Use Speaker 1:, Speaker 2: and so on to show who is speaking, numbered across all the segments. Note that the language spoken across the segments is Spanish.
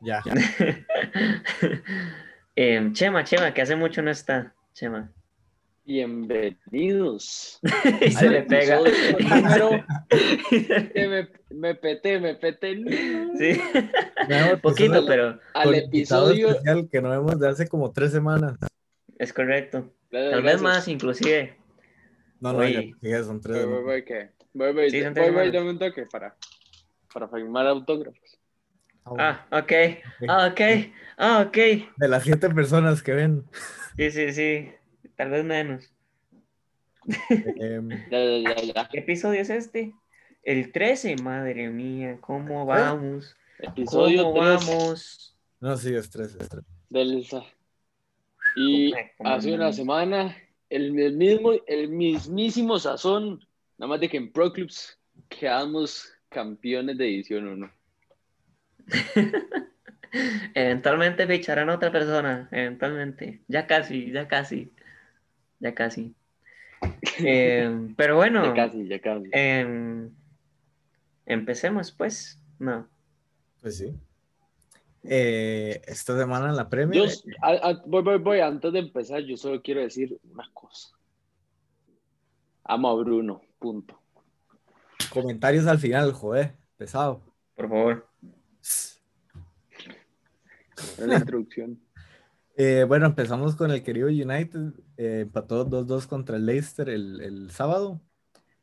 Speaker 1: Ya.
Speaker 2: Eh, Chema, Chema, que hace mucho no está. Chema.
Speaker 3: Bienvenidos.
Speaker 2: Y se
Speaker 3: al
Speaker 2: le pega.
Speaker 3: episodio número de me, me peté, me peté. no.
Speaker 2: Sí,
Speaker 1: Nuevo
Speaker 2: poquito,
Speaker 1: episodio
Speaker 2: pero
Speaker 3: Al
Speaker 1: con pues, invitado
Speaker 3: episodio.
Speaker 1: especial que no vemos de hace como tres semanas.
Speaker 2: es correcto.
Speaker 3: Gracias,
Speaker 2: Tal vez
Speaker 3: gracias.
Speaker 2: más, inclusive.
Speaker 1: No, no,
Speaker 2: Oye.
Speaker 1: ya, ya son tres
Speaker 3: Voy, voy,
Speaker 1: semanas.
Speaker 3: voy, que. Voy, voy,
Speaker 2: Sí, son tres
Speaker 3: voy, voy,
Speaker 2: semanas.
Speaker 3: dame un toque para, para firmar autógrafos.
Speaker 2: Ah, ok. Ah, ok. Ah, ok.
Speaker 1: De las siete personas que ven.
Speaker 2: Sí, sí, sí. Tal vez menos.
Speaker 1: Em,
Speaker 3: Ya, ya, ya, ya.
Speaker 2: ¿Qué episodio es este? El 13, madre mía. ¿Cómo vamos?
Speaker 3: Episodio
Speaker 2: ¿Cómo
Speaker 3: 3
Speaker 2: vamos?
Speaker 1: no, sí, es tres, es tres.
Speaker 3: del. Y
Speaker 2: Correcto,
Speaker 3: hace una
Speaker 2: mamá.
Speaker 3: semana, el, el mismo, el mismísimo sazón, nada más de que en Pro Clubs quedamos campeones de edición 1.
Speaker 2: Eventualmente ficharán a otra persona, eventualmente. Ya casi, ya casi. Ya casi. Em, pero bueno,
Speaker 3: Ya casi, ya casi.
Speaker 2: em, empecemos pues. No.
Speaker 1: Pues sí. Eh, esta semana en la premia.
Speaker 3: Yo, a- a- voy, voy, voy, antes de empezar, yo solo quiero decir una cosa. Amo a Bruno, punto.
Speaker 1: Comentarios al final, joder. Pesado.
Speaker 2: Por favor.
Speaker 3: Era la introducción.
Speaker 1: Eh, bueno, empezamos con el querido United. eh, empató 2-2 contra el Leicester el, el sábado.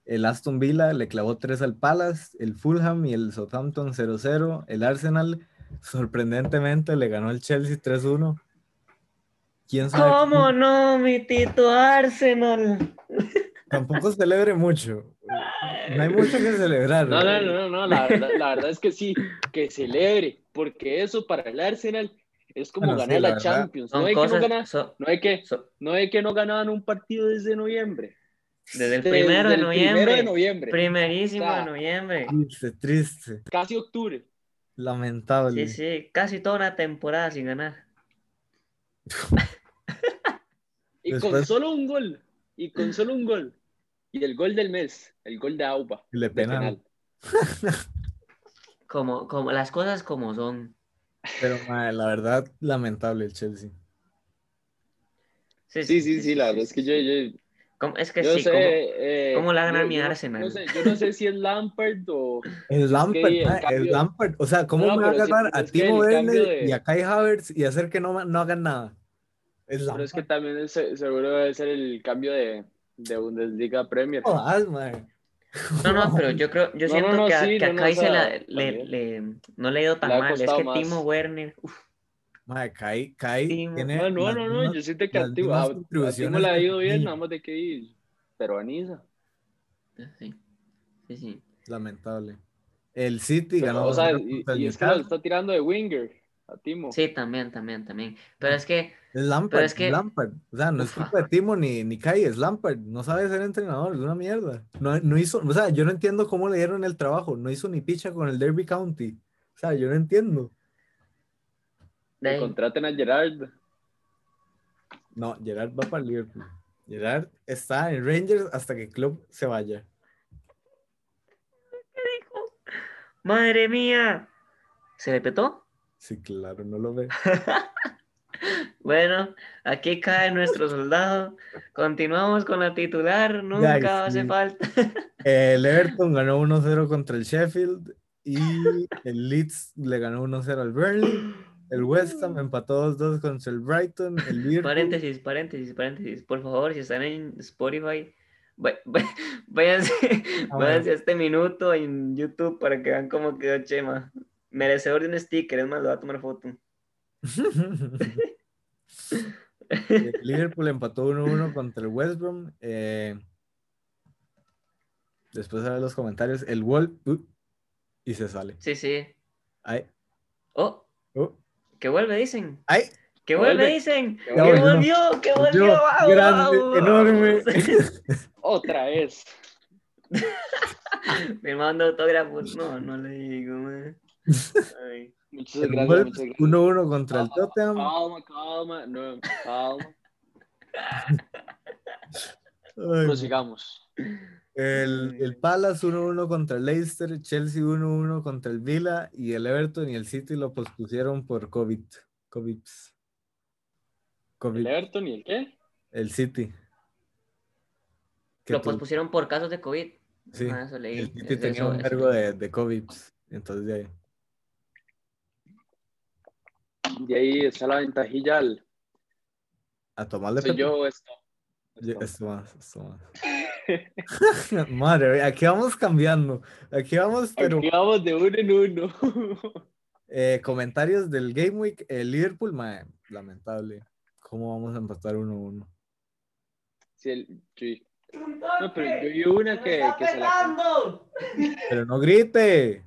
Speaker 1: El Aston Villa le clavó 3 al Palace. El Fulham y el Southampton 0-0. El Arsenal, sorprendentemente, le ganó el Chelsea 3-1. ¿Quién sabe?
Speaker 2: ¿Cómo no, mi Tito Arsenal?
Speaker 1: Tampoco celebre mucho. No hay mucho que celebrar.
Speaker 3: No, no, no, no, no, la, verdad, la verdad es que sí, que celebre, porque eso para el Arsenal es como
Speaker 1: Bueno, sí,
Speaker 3: ganar
Speaker 1: la
Speaker 3: la,
Speaker 1: verdad.
Speaker 3: Champions. No
Speaker 2: Son
Speaker 3: hay, que no, ganar-
Speaker 2: cosas. so-
Speaker 3: no, hay que,
Speaker 2: so-
Speaker 3: no hay que no ganaban un partido desde noviembre.
Speaker 2: desde el
Speaker 3: Desde
Speaker 2: primero de
Speaker 3: el primero de
Speaker 2: noviembre.
Speaker 3: noviembre,
Speaker 2: Primerísimo de
Speaker 3: Ah.
Speaker 2: noviembre.
Speaker 1: Triste, triste.
Speaker 3: casi octubre.
Speaker 1: Lamentable.
Speaker 2: Sí, sí, casi toda una temporada sin ganar.
Speaker 3: Y con
Speaker 1: Después-
Speaker 3: solo un gol, y con solo un gol. Y el gol del mes, el gol de Auba.
Speaker 1: El de
Speaker 3: de
Speaker 1: penal.
Speaker 3: penal.
Speaker 2: Como, como las cosas como son.
Speaker 1: Pero madre, la verdad, lamentable el Chelsea.
Speaker 3: Sí, sí, sí, la verdad es que yo, yo,
Speaker 2: ¿Cómo? Es que
Speaker 3: yo
Speaker 2: sí,
Speaker 3: sé.
Speaker 2: ¿cómo?
Speaker 3: eh,
Speaker 2: cómo la gana
Speaker 3: yo-
Speaker 2: mi
Speaker 3: yo no-
Speaker 2: Arsenal?
Speaker 3: No sé, yo no sé si es Lampard o.
Speaker 1: El Lampard,
Speaker 3: el
Speaker 1: mae, el
Speaker 3: cambio-
Speaker 1: Lampard. O sea, ¿cómo
Speaker 3: No,
Speaker 1: me va a
Speaker 3: pero sí,
Speaker 1: agarrar a
Speaker 3: es que
Speaker 1: Timo
Speaker 3: el
Speaker 1: Werner
Speaker 3: cambio de-
Speaker 1: y a Kai Havertz y hacer que no, no hagan nada? El
Speaker 3: Pero
Speaker 1: Lampard.
Speaker 3: es que también es- eh, seguro debe ser el cambio de, de Bundesliga a Premier.
Speaker 1: no jodas, mae.
Speaker 2: No, no, pero yo creo, yo
Speaker 3: No,
Speaker 2: siento
Speaker 3: no, no,
Speaker 2: que a,
Speaker 3: sí,
Speaker 2: que a
Speaker 3: no, no,
Speaker 2: Kai
Speaker 3: o sea,
Speaker 2: se la, le,
Speaker 3: también.
Speaker 2: le- no le ha ido tan
Speaker 3: Le ha
Speaker 2: mal. Es
Speaker 3: costado
Speaker 2: que
Speaker 3: más.
Speaker 2: Timo Werner, uf,
Speaker 1: Mae, Kai, Kai
Speaker 2: Timo.
Speaker 1: tiene
Speaker 3: No, Ah, no,
Speaker 1: las
Speaker 3: no, no,
Speaker 1: mismas-
Speaker 3: yo siento que
Speaker 1: las
Speaker 3: a Timo,
Speaker 1: mismas
Speaker 3: a- a Timo
Speaker 1: contribuciones
Speaker 3: le ha
Speaker 1: que
Speaker 3: ido bien,
Speaker 1: Casemiro.
Speaker 3: nada más de que ir. Pero a Niza.
Speaker 2: sí, sí, sí.
Speaker 1: Lamentable. El City ganó
Speaker 3: o sea,
Speaker 1: 2-0
Speaker 3: y,
Speaker 1: contra el
Speaker 3: y es que lo
Speaker 1: Newcastle.
Speaker 3: está tirando de winger a Timo.
Speaker 2: Sí, también, también, también.
Speaker 3: Ah.
Speaker 2: Pero es que,
Speaker 1: Es Lampard,
Speaker 2: Pero es que-
Speaker 1: Lampard. O sea, no es
Speaker 2: Ufa.
Speaker 1: culpa de Timo ni, ni Kai, es Lampard. No sabe ser entrenador, es una mierda. No, no hizo, o sea, yo no entiendo cómo le dieron el trabajo. No hizo ni picha con el Derby County. O sea, yo no entiendo.
Speaker 2: de
Speaker 3: Que
Speaker 2: ahí,
Speaker 3: contraten a Gerard.
Speaker 1: No, Gerard va para Liverpool. Gerard está en Rangers hasta que Klopp se vaya.
Speaker 2: madre mía, ¿se le petó?
Speaker 1: Sí, claro, no lo ve.
Speaker 2: Bueno, aquí cae nuestro soldado. Continuamos con la titular.
Speaker 1: Ay,
Speaker 2: Nunca hace
Speaker 1: sí.
Speaker 2: falta.
Speaker 1: El Everton ganó 1-0 contra el Sheffield y el Leeds le ganó 1-0 al Burnley. El West Ham empató 2-2 contra el Brighton. El Liverpool
Speaker 2: Paréntesis, paréntesis, paréntesis. Por favor, si están en Spotify, va- va- váyanse,
Speaker 1: Ah,
Speaker 2: váyanse a este minuto en YouTube para que vean cómo quedó Chema. Merecedor de un sticker, es más, lo va a tomar foto.
Speaker 1: El Liverpool empató 1-1 contra el West Brom. eh, después a ver los comentarios. El Wolf. uh, y se sale.
Speaker 2: Sí, sí.
Speaker 1: Ay,
Speaker 2: Oh,
Speaker 1: uh,
Speaker 2: que vuelve, dicen.
Speaker 1: ay.
Speaker 2: Que vuelve,
Speaker 3: Vuelve.
Speaker 2: dicen.
Speaker 3: Que
Speaker 2: Que
Speaker 1: volvió.
Speaker 2: volvió, que volvió.
Speaker 1: Volvió,
Speaker 2: ¡Vamos,
Speaker 1: grande, enorme.
Speaker 3: Otra vez.
Speaker 2: Firmando autógrafos. No, no le digo, man. Ay.
Speaker 3: Muchas
Speaker 1: El
Speaker 3: gracias,
Speaker 1: Wolves
Speaker 3: muchas gracias.
Speaker 1: 1-1 contra el
Speaker 3: Ah,
Speaker 1: Tottenham.
Speaker 3: Calma, calma. No, calma.
Speaker 1: Ay,
Speaker 3: pues Prosigamos.
Speaker 1: El, el Palace 1-1 contra el Leicester, Chelsea 1-1 contra el Villa y el Everton y el City lo pospusieron por COVID. COVID.
Speaker 3: ¿El
Speaker 1: COVID.
Speaker 3: Everton y el qué?
Speaker 1: El City. Que
Speaker 2: Lo
Speaker 1: tu-
Speaker 2: pospusieron por casos de COVID.
Speaker 1: Sí,
Speaker 2: Ah, eso leí.
Speaker 1: el City
Speaker 2: Eso-
Speaker 1: tenía
Speaker 2: eso-
Speaker 1: un
Speaker 2: eso
Speaker 1: cargo
Speaker 2: leí.
Speaker 1: de, de COVID. Entonces, de ahí.
Speaker 3: Y ahí está la ventajilla al...
Speaker 1: a tomarle
Speaker 3: Soy
Speaker 1: pepe.
Speaker 3: yo esto.
Speaker 1: Yo-
Speaker 3: esto.
Speaker 1: Esto más, esto más. Madre, mía, aquí vamos cambiando. Aquí vamos, pero
Speaker 3: Aquí vamos de uno en uno.
Speaker 1: eh, comentarios del Game Week. El Liverpool, mae, lamentable. ¿Cómo vamos a empatar 1-1?
Speaker 3: Sí, el- sí. No, pero yo vi una que, que se la...
Speaker 1: Pero no grite.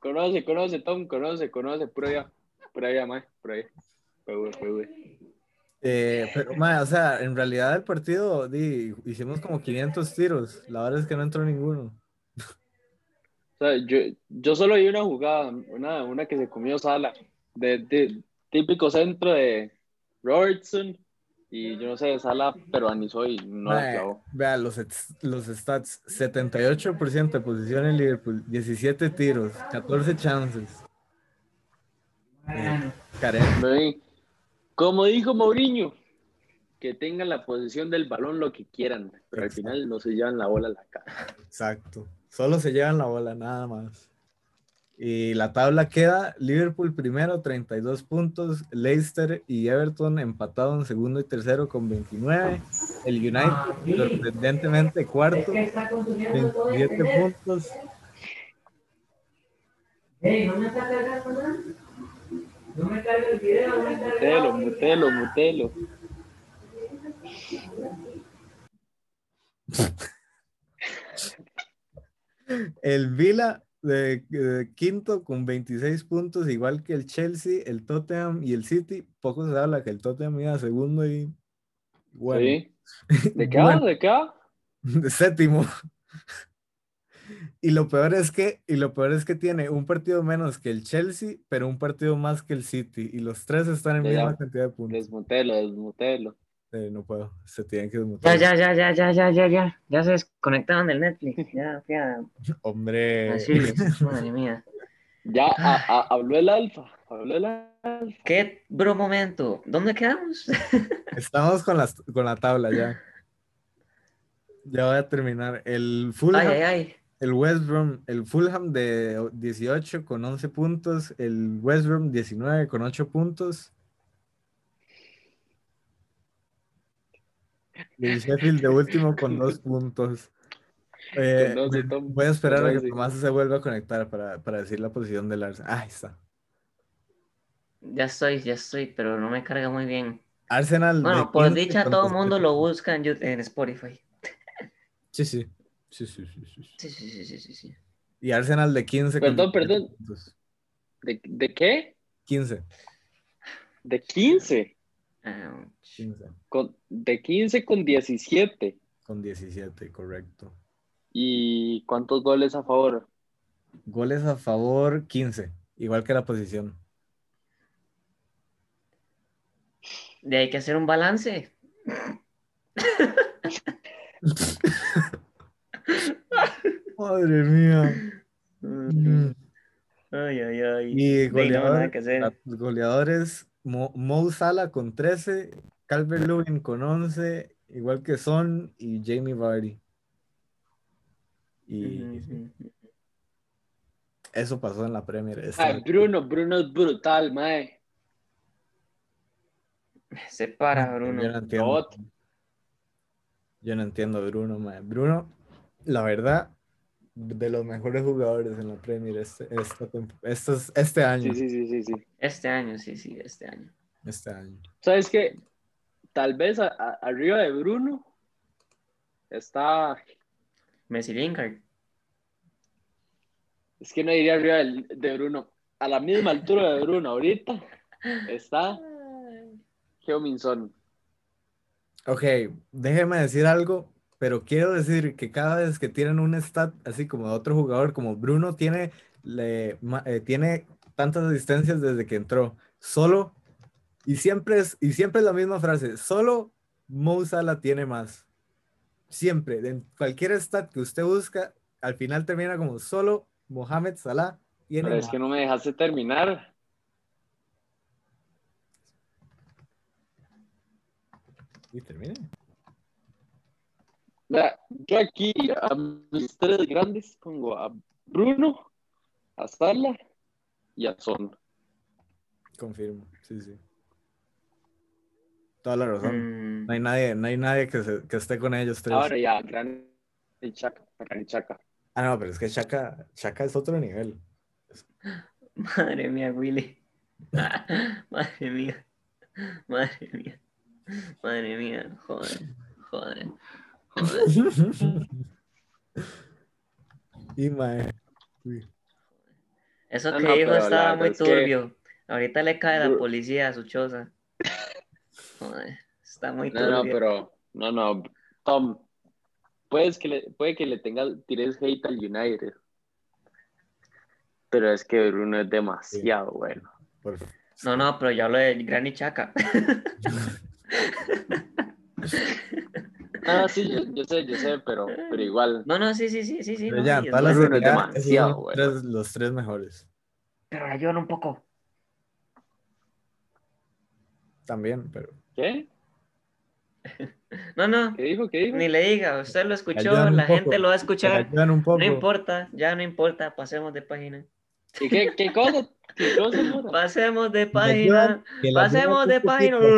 Speaker 3: Conoce, conoce, Tom, conoce, conoce, por allá, por allá, mae, por allá. Fue, güey, fue, güey.
Speaker 1: Eh, pero, mae, o sea, en realidad el partido di, hicimos como 500 tiros. La verdad es que no entró ninguno.
Speaker 3: O sea, yo, yo solo vi una jugada, una, una que se comió Sala, de, de- típico centro de Robertson, y yo no sé, Sala peruanizó y no la
Speaker 1: Mae,
Speaker 3: clavó.
Speaker 1: vea los, ets- los stats: 78% de posición en Liverpool, 17 tiros, 14 chances. Eh, Karen.
Speaker 3: Ven, Como dijo Mourinho, que tengan la posición del balón lo que quieran, pero al
Speaker 1: Exacto.
Speaker 3: final no se llevan la bola a la cara.
Speaker 1: Exacto. Solo se llevan la bola, nada más. Y la tabla queda Liverpool primero, 32 puntos, Leicester y Everton empatados en segundo y tercero con 29, el United sorprendentemente cuarto, 27 puntos,
Speaker 4: Ey, no me está cargando nada. No me carga el video, no me carga
Speaker 3: Mutelo,
Speaker 4: el audio.
Speaker 3: mutelo, mutelo.
Speaker 1: el Villa de, eh, quinto con 26 puntos, igual que el Chelsea, el Tottenham y el City. Poco se habla que el Tottenham iba segundo y bueno.
Speaker 3: ¿Sí? ¿De qué va?
Speaker 1: Bueno.
Speaker 3: ¿De qué va?
Speaker 1: de séptimo. Y lo peor es que, y lo peor es que tiene un partido menos que el Chelsea, pero un partido más que el City. Y los tres están en
Speaker 3: Ya,
Speaker 1: misma
Speaker 3: ya.
Speaker 1: cantidad de puntos.
Speaker 3: Desmutelo, desmutelo.
Speaker 1: Eh, no puedo, se tienen que
Speaker 2: Ya,
Speaker 1: desmutar.
Speaker 2: ya, ya, ya, ya, ya, ya, ya. Ya se desconectaron del Netflix. Ya, fui a- a
Speaker 1: Hombre,
Speaker 2: Chile. Madre mía.
Speaker 3: Ya
Speaker 1: Ah.
Speaker 3: a- a- habló el alfa, habló el alfa.
Speaker 2: Qué bro momento. ¿Dónde quedamos?
Speaker 1: estamos con, las, con la tabla ya. Ya voy a terminar. El Fulham,
Speaker 2: Ay, ay, ay.
Speaker 1: el West Brom, el Fulham de 18 con 11 puntos, el West Brom 19 con 8 puntos. Y el Sheffield de último con 2 puntos. Eh,
Speaker 3: Con doce,
Speaker 1: voy-
Speaker 3: Tom.
Speaker 1: voy a esperar a
Speaker 3: Con
Speaker 1: que
Speaker 3: doce.
Speaker 1: Tomás se vuelva a conectar para, para decir la posición del Arsenal. Ah, ahí está.
Speaker 2: Ya estoy, ya estoy, pero no me carga muy bien.
Speaker 1: Arsenal.
Speaker 2: Bueno,
Speaker 1: Pues, de
Speaker 2: por
Speaker 1: 15
Speaker 2: dicha,
Speaker 1: con
Speaker 2: todo el
Speaker 1: 12.
Speaker 2: mundo lo busca en, Yout- en Spotify.
Speaker 1: Sí, sí. Sí, sí, sí, sí, sí.
Speaker 2: Sí, sí, sí, sí, sí, sí.
Speaker 1: Y Arsenal de 15
Speaker 3: Perdón,
Speaker 1: 17
Speaker 3: perdón.
Speaker 1: puntos.
Speaker 3: ¿De, de qué?
Speaker 1: 15.
Speaker 3: De 15.
Speaker 2: Ouch.
Speaker 1: 15
Speaker 3: Con, de 15 con 17.
Speaker 1: con 17, correcto.
Speaker 3: ¿Y cuántos goles a favor?
Speaker 1: Goles a favor, 15. Igual que la posición.
Speaker 2: De hay que hacer un balance.
Speaker 1: Madre mía. Mm.
Speaker 2: Ay, ay, ay.
Speaker 1: Y
Speaker 2: Ve, no, nada
Speaker 1: goleador,
Speaker 2: que hacer.
Speaker 1: los goleadores, Mo, Mo Salah con 13, Calvert Lewin con 11, igual que Son y Jamie Vardy. Y
Speaker 2: Ujú, ujú.
Speaker 1: eso pasó en la Premier. este esta-
Speaker 3: Ay, Ah, Bruno, Bruno es brutal, mae.
Speaker 2: Se para,
Speaker 1: Yo no
Speaker 2: Bruno.
Speaker 1: entiendo. Yo no entiendo a Bruno, mae. Bruno, la verdad, de los mejores jugadores en la Premier este, esta tempo- estos- este año.
Speaker 3: Sí, sí, sí, sí, sí.
Speaker 2: Este año, sí, sí, este año.
Speaker 1: Este año.
Speaker 3: ¿Sabes qué? Tal vez a- a- arriba de Bruno está...
Speaker 2: Messi Lingard.
Speaker 3: Es que no diría arriba del- de, Bruno. A la misma altura de Bruno ahorita está Geominson.
Speaker 1: Ok, déjeme decir algo, pero quiero decir que cada vez que tienen un stat así como de otro jugador, como Bruno tiene, le, ma- eh, tiene tantas asistencias desde que entró, solo, y siempre es, y siempre es la misma frase, solo Mo Salah tiene más. siempre, en cualquier stat que usted busca, al final termina como solo Mohamed Salah. tiene
Speaker 3: Pero es que no me dejaste terminar.
Speaker 1: Y termina.
Speaker 3: Vea, yo aquí a mis tres grandes pongo a Bruno, a Sala y a Son.
Speaker 1: Confirmo, sí, sí. Toda la razón.
Speaker 2: Mm,
Speaker 1: No hay nadie, no hay nadie que, se- que esté con ellos tres.
Speaker 3: Ahora ya, Gran y Chaca. Gran y Chaca.
Speaker 1: Ah, no, pero es que Chaka, Chaka es otro nivel.
Speaker 2: madre mía, Willy. madre mía. Madre mía. Madre mía. Joder. Joder. Joder.
Speaker 1: y mae. uy,
Speaker 2: Eso
Speaker 3: No,
Speaker 2: que
Speaker 3: no,
Speaker 2: dijo
Speaker 3: pero la
Speaker 2: estaba
Speaker 3: verdad
Speaker 2: muy
Speaker 3: es que-
Speaker 2: turbio. Ahorita le cae la
Speaker 3: Bru-
Speaker 2: policía a su choza. Joder, está muy
Speaker 3: No,
Speaker 2: turbio.
Speaker 3: no, pero, no, no, Tom, puedes que le, puede que le tenga, tires hate al United, pero es que Bruno es demasiado bueno.
Speaker 1: por-
Speaker 2: No, no, pero yo hablo de Granny Chaca.
Speaker 3: Ah, sí, yo, yo sé, yo sé, pero, pero igual,
Speaker 2: No, no, sí, sí, sí, sí, sí.
Speaker 1: Pero
Speaker 2: no,
Speaker 1: ya,
Speaker 2: sí, es
Speaker 1: todas las
Speaker 2: bueno.
Speaker 3: Bruno es
Speaker 1: realidad, esos
Speaker 3: demasiado
Speaker 1: son los
Speaker 3: bueno.
Speaker 1: tres- los tres mejores.
Speaker 2: Pero la lloro un poco.
Speaker 1: También, pero.
Speaker 3: ¿qué?
Speaker 2: No, no,
Speaker 3: ¿Qué dijo? ¿Qué dijo?
Speaker 2: ni le diga. Usted lo escuchó,
Speaker 1: lloran un
Speaker 2: la
Speaker 1: poco,
Speaker 2: gente lo va a
Speaker 1: Pero
Speaker 2: escuchar.
Speaker 1: ayudan un poco.
Speaker 2: No importa, ya no importa. Pasemos de página.
Speaker 3: ¿Y qué, qué cosa? ¿Qué cosa? Mora?
Speaker 2: Pasemos de
Speaker 1: Que la ayudan,
Speaker 2: página.
Speaker 1: que la
Speaker 2: Pasemos
Speaker 1: ayudan
Speaker 2: de
Speaker 1: un
Speaker 2: página.
Speaker 1: poquito.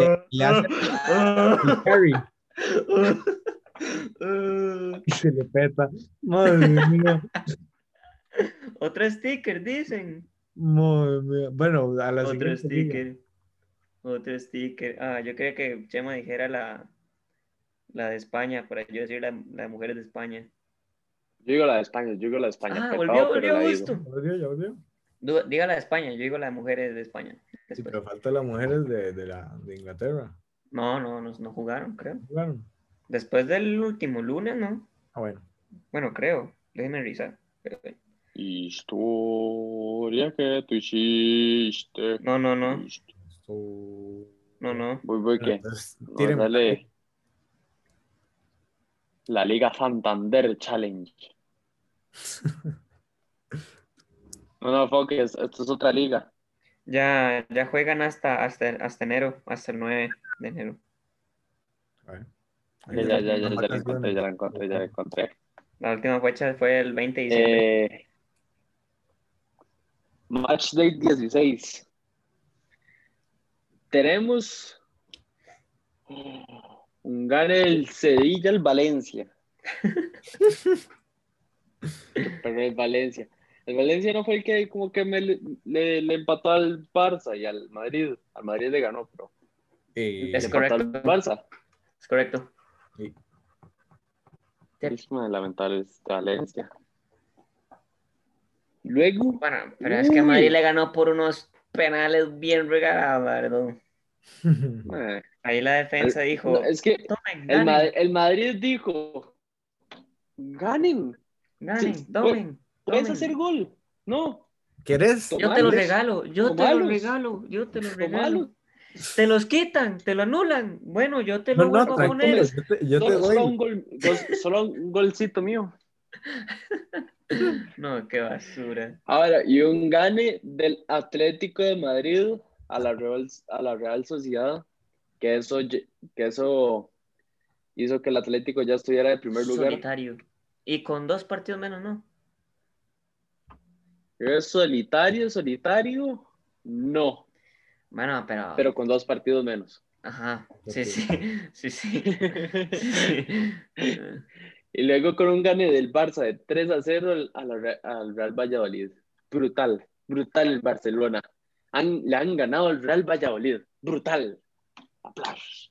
Speaker 1: Le, le hace el carry este y se le peta. Madre mía,
Speaker 2: Otro sticker, dicen.
Speaker 1: madre mía. Bueno, a la
Speaker 2: Otro
Speaker 1: siguiente liga.
Speaker 2: sticker. Otro sticker. Ah, yo creía que Chema dijera la, la de España, para yo decir la, la de mujeres de España.
Speaker 3: Yo digo la de España, yo digo la de España,
Speaker 2: Ah,
Speaker 3: pecado,
Speaker 2: volvió,
Speaker 3: pero
Speaker 2: volvió
Speaker 3: la digo.
Speaker 2: Augusto.
Speaker 1: Ya volvió, ya volvió.
Speaker 2: Du- Diga la de España, yo digo la de mujeres de España.
Speaker 1: Sí,
Speaker 2: Después.
Speaker 1: pero falta las mujeres de, de, la, de Inglaterra.
Speaker 2: No, no, no, no jugaron, creo.
Speaker 1: Jugaron.
Speaker 2: Después del último lunes, ¿no?
Speaker 1: Ah, bueno.
Speaker 2: Bueno, creo. Déjenme revisar.
Speaker 3: Historia que tú hiciste.
Speaker 2: No, no, no.
Speaker 1: Esto-
Speaker 2: No, no.
Speaker 3: Voy, voy,
Speaker 1: Bueno,
Speaker 3: ¿qué?
Speaker 1: entonces,
Speaker 3: No,
Speaker 1: tiren-
Speaker 3: dale. eh, La Liga Santander Challenge. No, no, Focus, esto es otra liga.
Speaker 2: Ya, ya juegan hasta, hasta, hasta enero, hasta el 9 de enero.
Speaker 1: A ver.
Speaker 3: Ya, ya, ya, ya, ya la encontré, ya la encontré, ya la encontré.
Speaker 2: La última fecha fue el 20 de diciembre.
Speaker 3: Eh, match Day 16. Tenemos un gane el Sevilla al Valencia. Pero el Valencia. El Valencia no fue el que como que me, le, le empató al Barça y al Madrid. Al Madrid le ganó, pero
Speaker 1: Eh,
Speaker 3: le
Speaker 2: Es
Speaker 3: empató
Speaker 2: correcto.
Speaker 3: al Barça.
Speaker 2: Es correcto.
Speaker 3: Es una de lamentables de Valencia. Luego,
Speaker 2: Bueno, pero es que
Speaker 3: Uy.
Speaker 2: Madrid le ganó por unos penales bien regalados, la verdad.
Speaker 3: eh,
Speaker 2: Ahí la defensa dijo,
Speaker 3: no, es que
Speaker 2: tomen,
Speaker 3: El,
Speaker 2: ganen,
Speaker 3: Ma- el Madrid dijo: Ganen,
Speaker 2: ganen,
Speaker 3: sí,
Speaker 2: tomen,
Speaker 3: puedes
Speaker 2: tomen.
Speaker 3: hacer gol. No,
Speaker 1: ¿Quieres?
Speaker 2: Yo te lo
Speaker 3: Tomalos.
Speaker 2: regalo, yo te
Speaker 3: Tomalos.
Speaker 2: lo regalo, yo te lo regalo.
Speaker 3: malo.
Speaker 2: Te los quitan, te lo anulan. Bueno, yo te
Speaker 1: No,
Speaker 2: lo
Speaker 1: no,
Speaker 2: vuelvo a poner.
Speaker 1: tranquilo, yo te, yo te
Speaker 3: Solo, solo
Speaker 1: doy.
Speaker 3: un gol, gol- solo un golcito mío.
Speaker 2: No, qué basura.
Speaker 3: Ahora, y un gane del Atlético de Madrid a la Real, a la Real Sociedad, que eso, lle- que eso hizo que el Atlético ya estuviera de primer lugar.
Speaker 2: Solitario. Y con dos partidos menos, ¿no?
Speaker 3: ¿Es solitario, solitario? No,
Speaker 2: Bueno, pero...
Speaker 3: pero con dos partidos menos.
Speaker 2: Ajá, sí, sí, sí, sí. Sí. Eh,
Speaker 3: Y luego con un gane del Barça de 3 a 0 al, a la Re- al Real Valladolid. Brutal, brutal el Barcelona. Han- le han ganado al Real Valladolid. Brutal. Aplausos.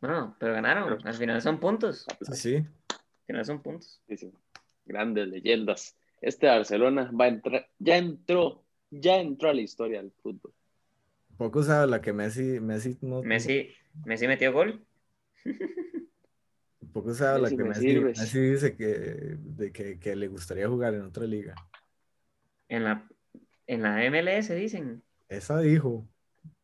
Speaker 2: Bueno, pero ganaron. Al final son puntos.
Speaker 1: Sí, sí.
Speaker 2: Al final son puntos.
Speaker 3: Buenísimo. Grandes leyendas. Este Barcelona va a entrar, ya entró, ya entró a la historia del fútbol.
Speaker 1: Poco sabe la que Messi, Messi no.
Speaker 2: Messi, Messi metió gol.
Speaker 1: Poco sabe la
Speaker 3: Messi
Speaker 1: que
Speaker 3: me
Speaker 1: Messi,
Speaker 3: sirves.
Speaker 1: Messi dice que, de que, que le gustaría jugar en otra liga.
Speaker 2: En la, en la MLS dicen.
Speaker 1: Esa dijo.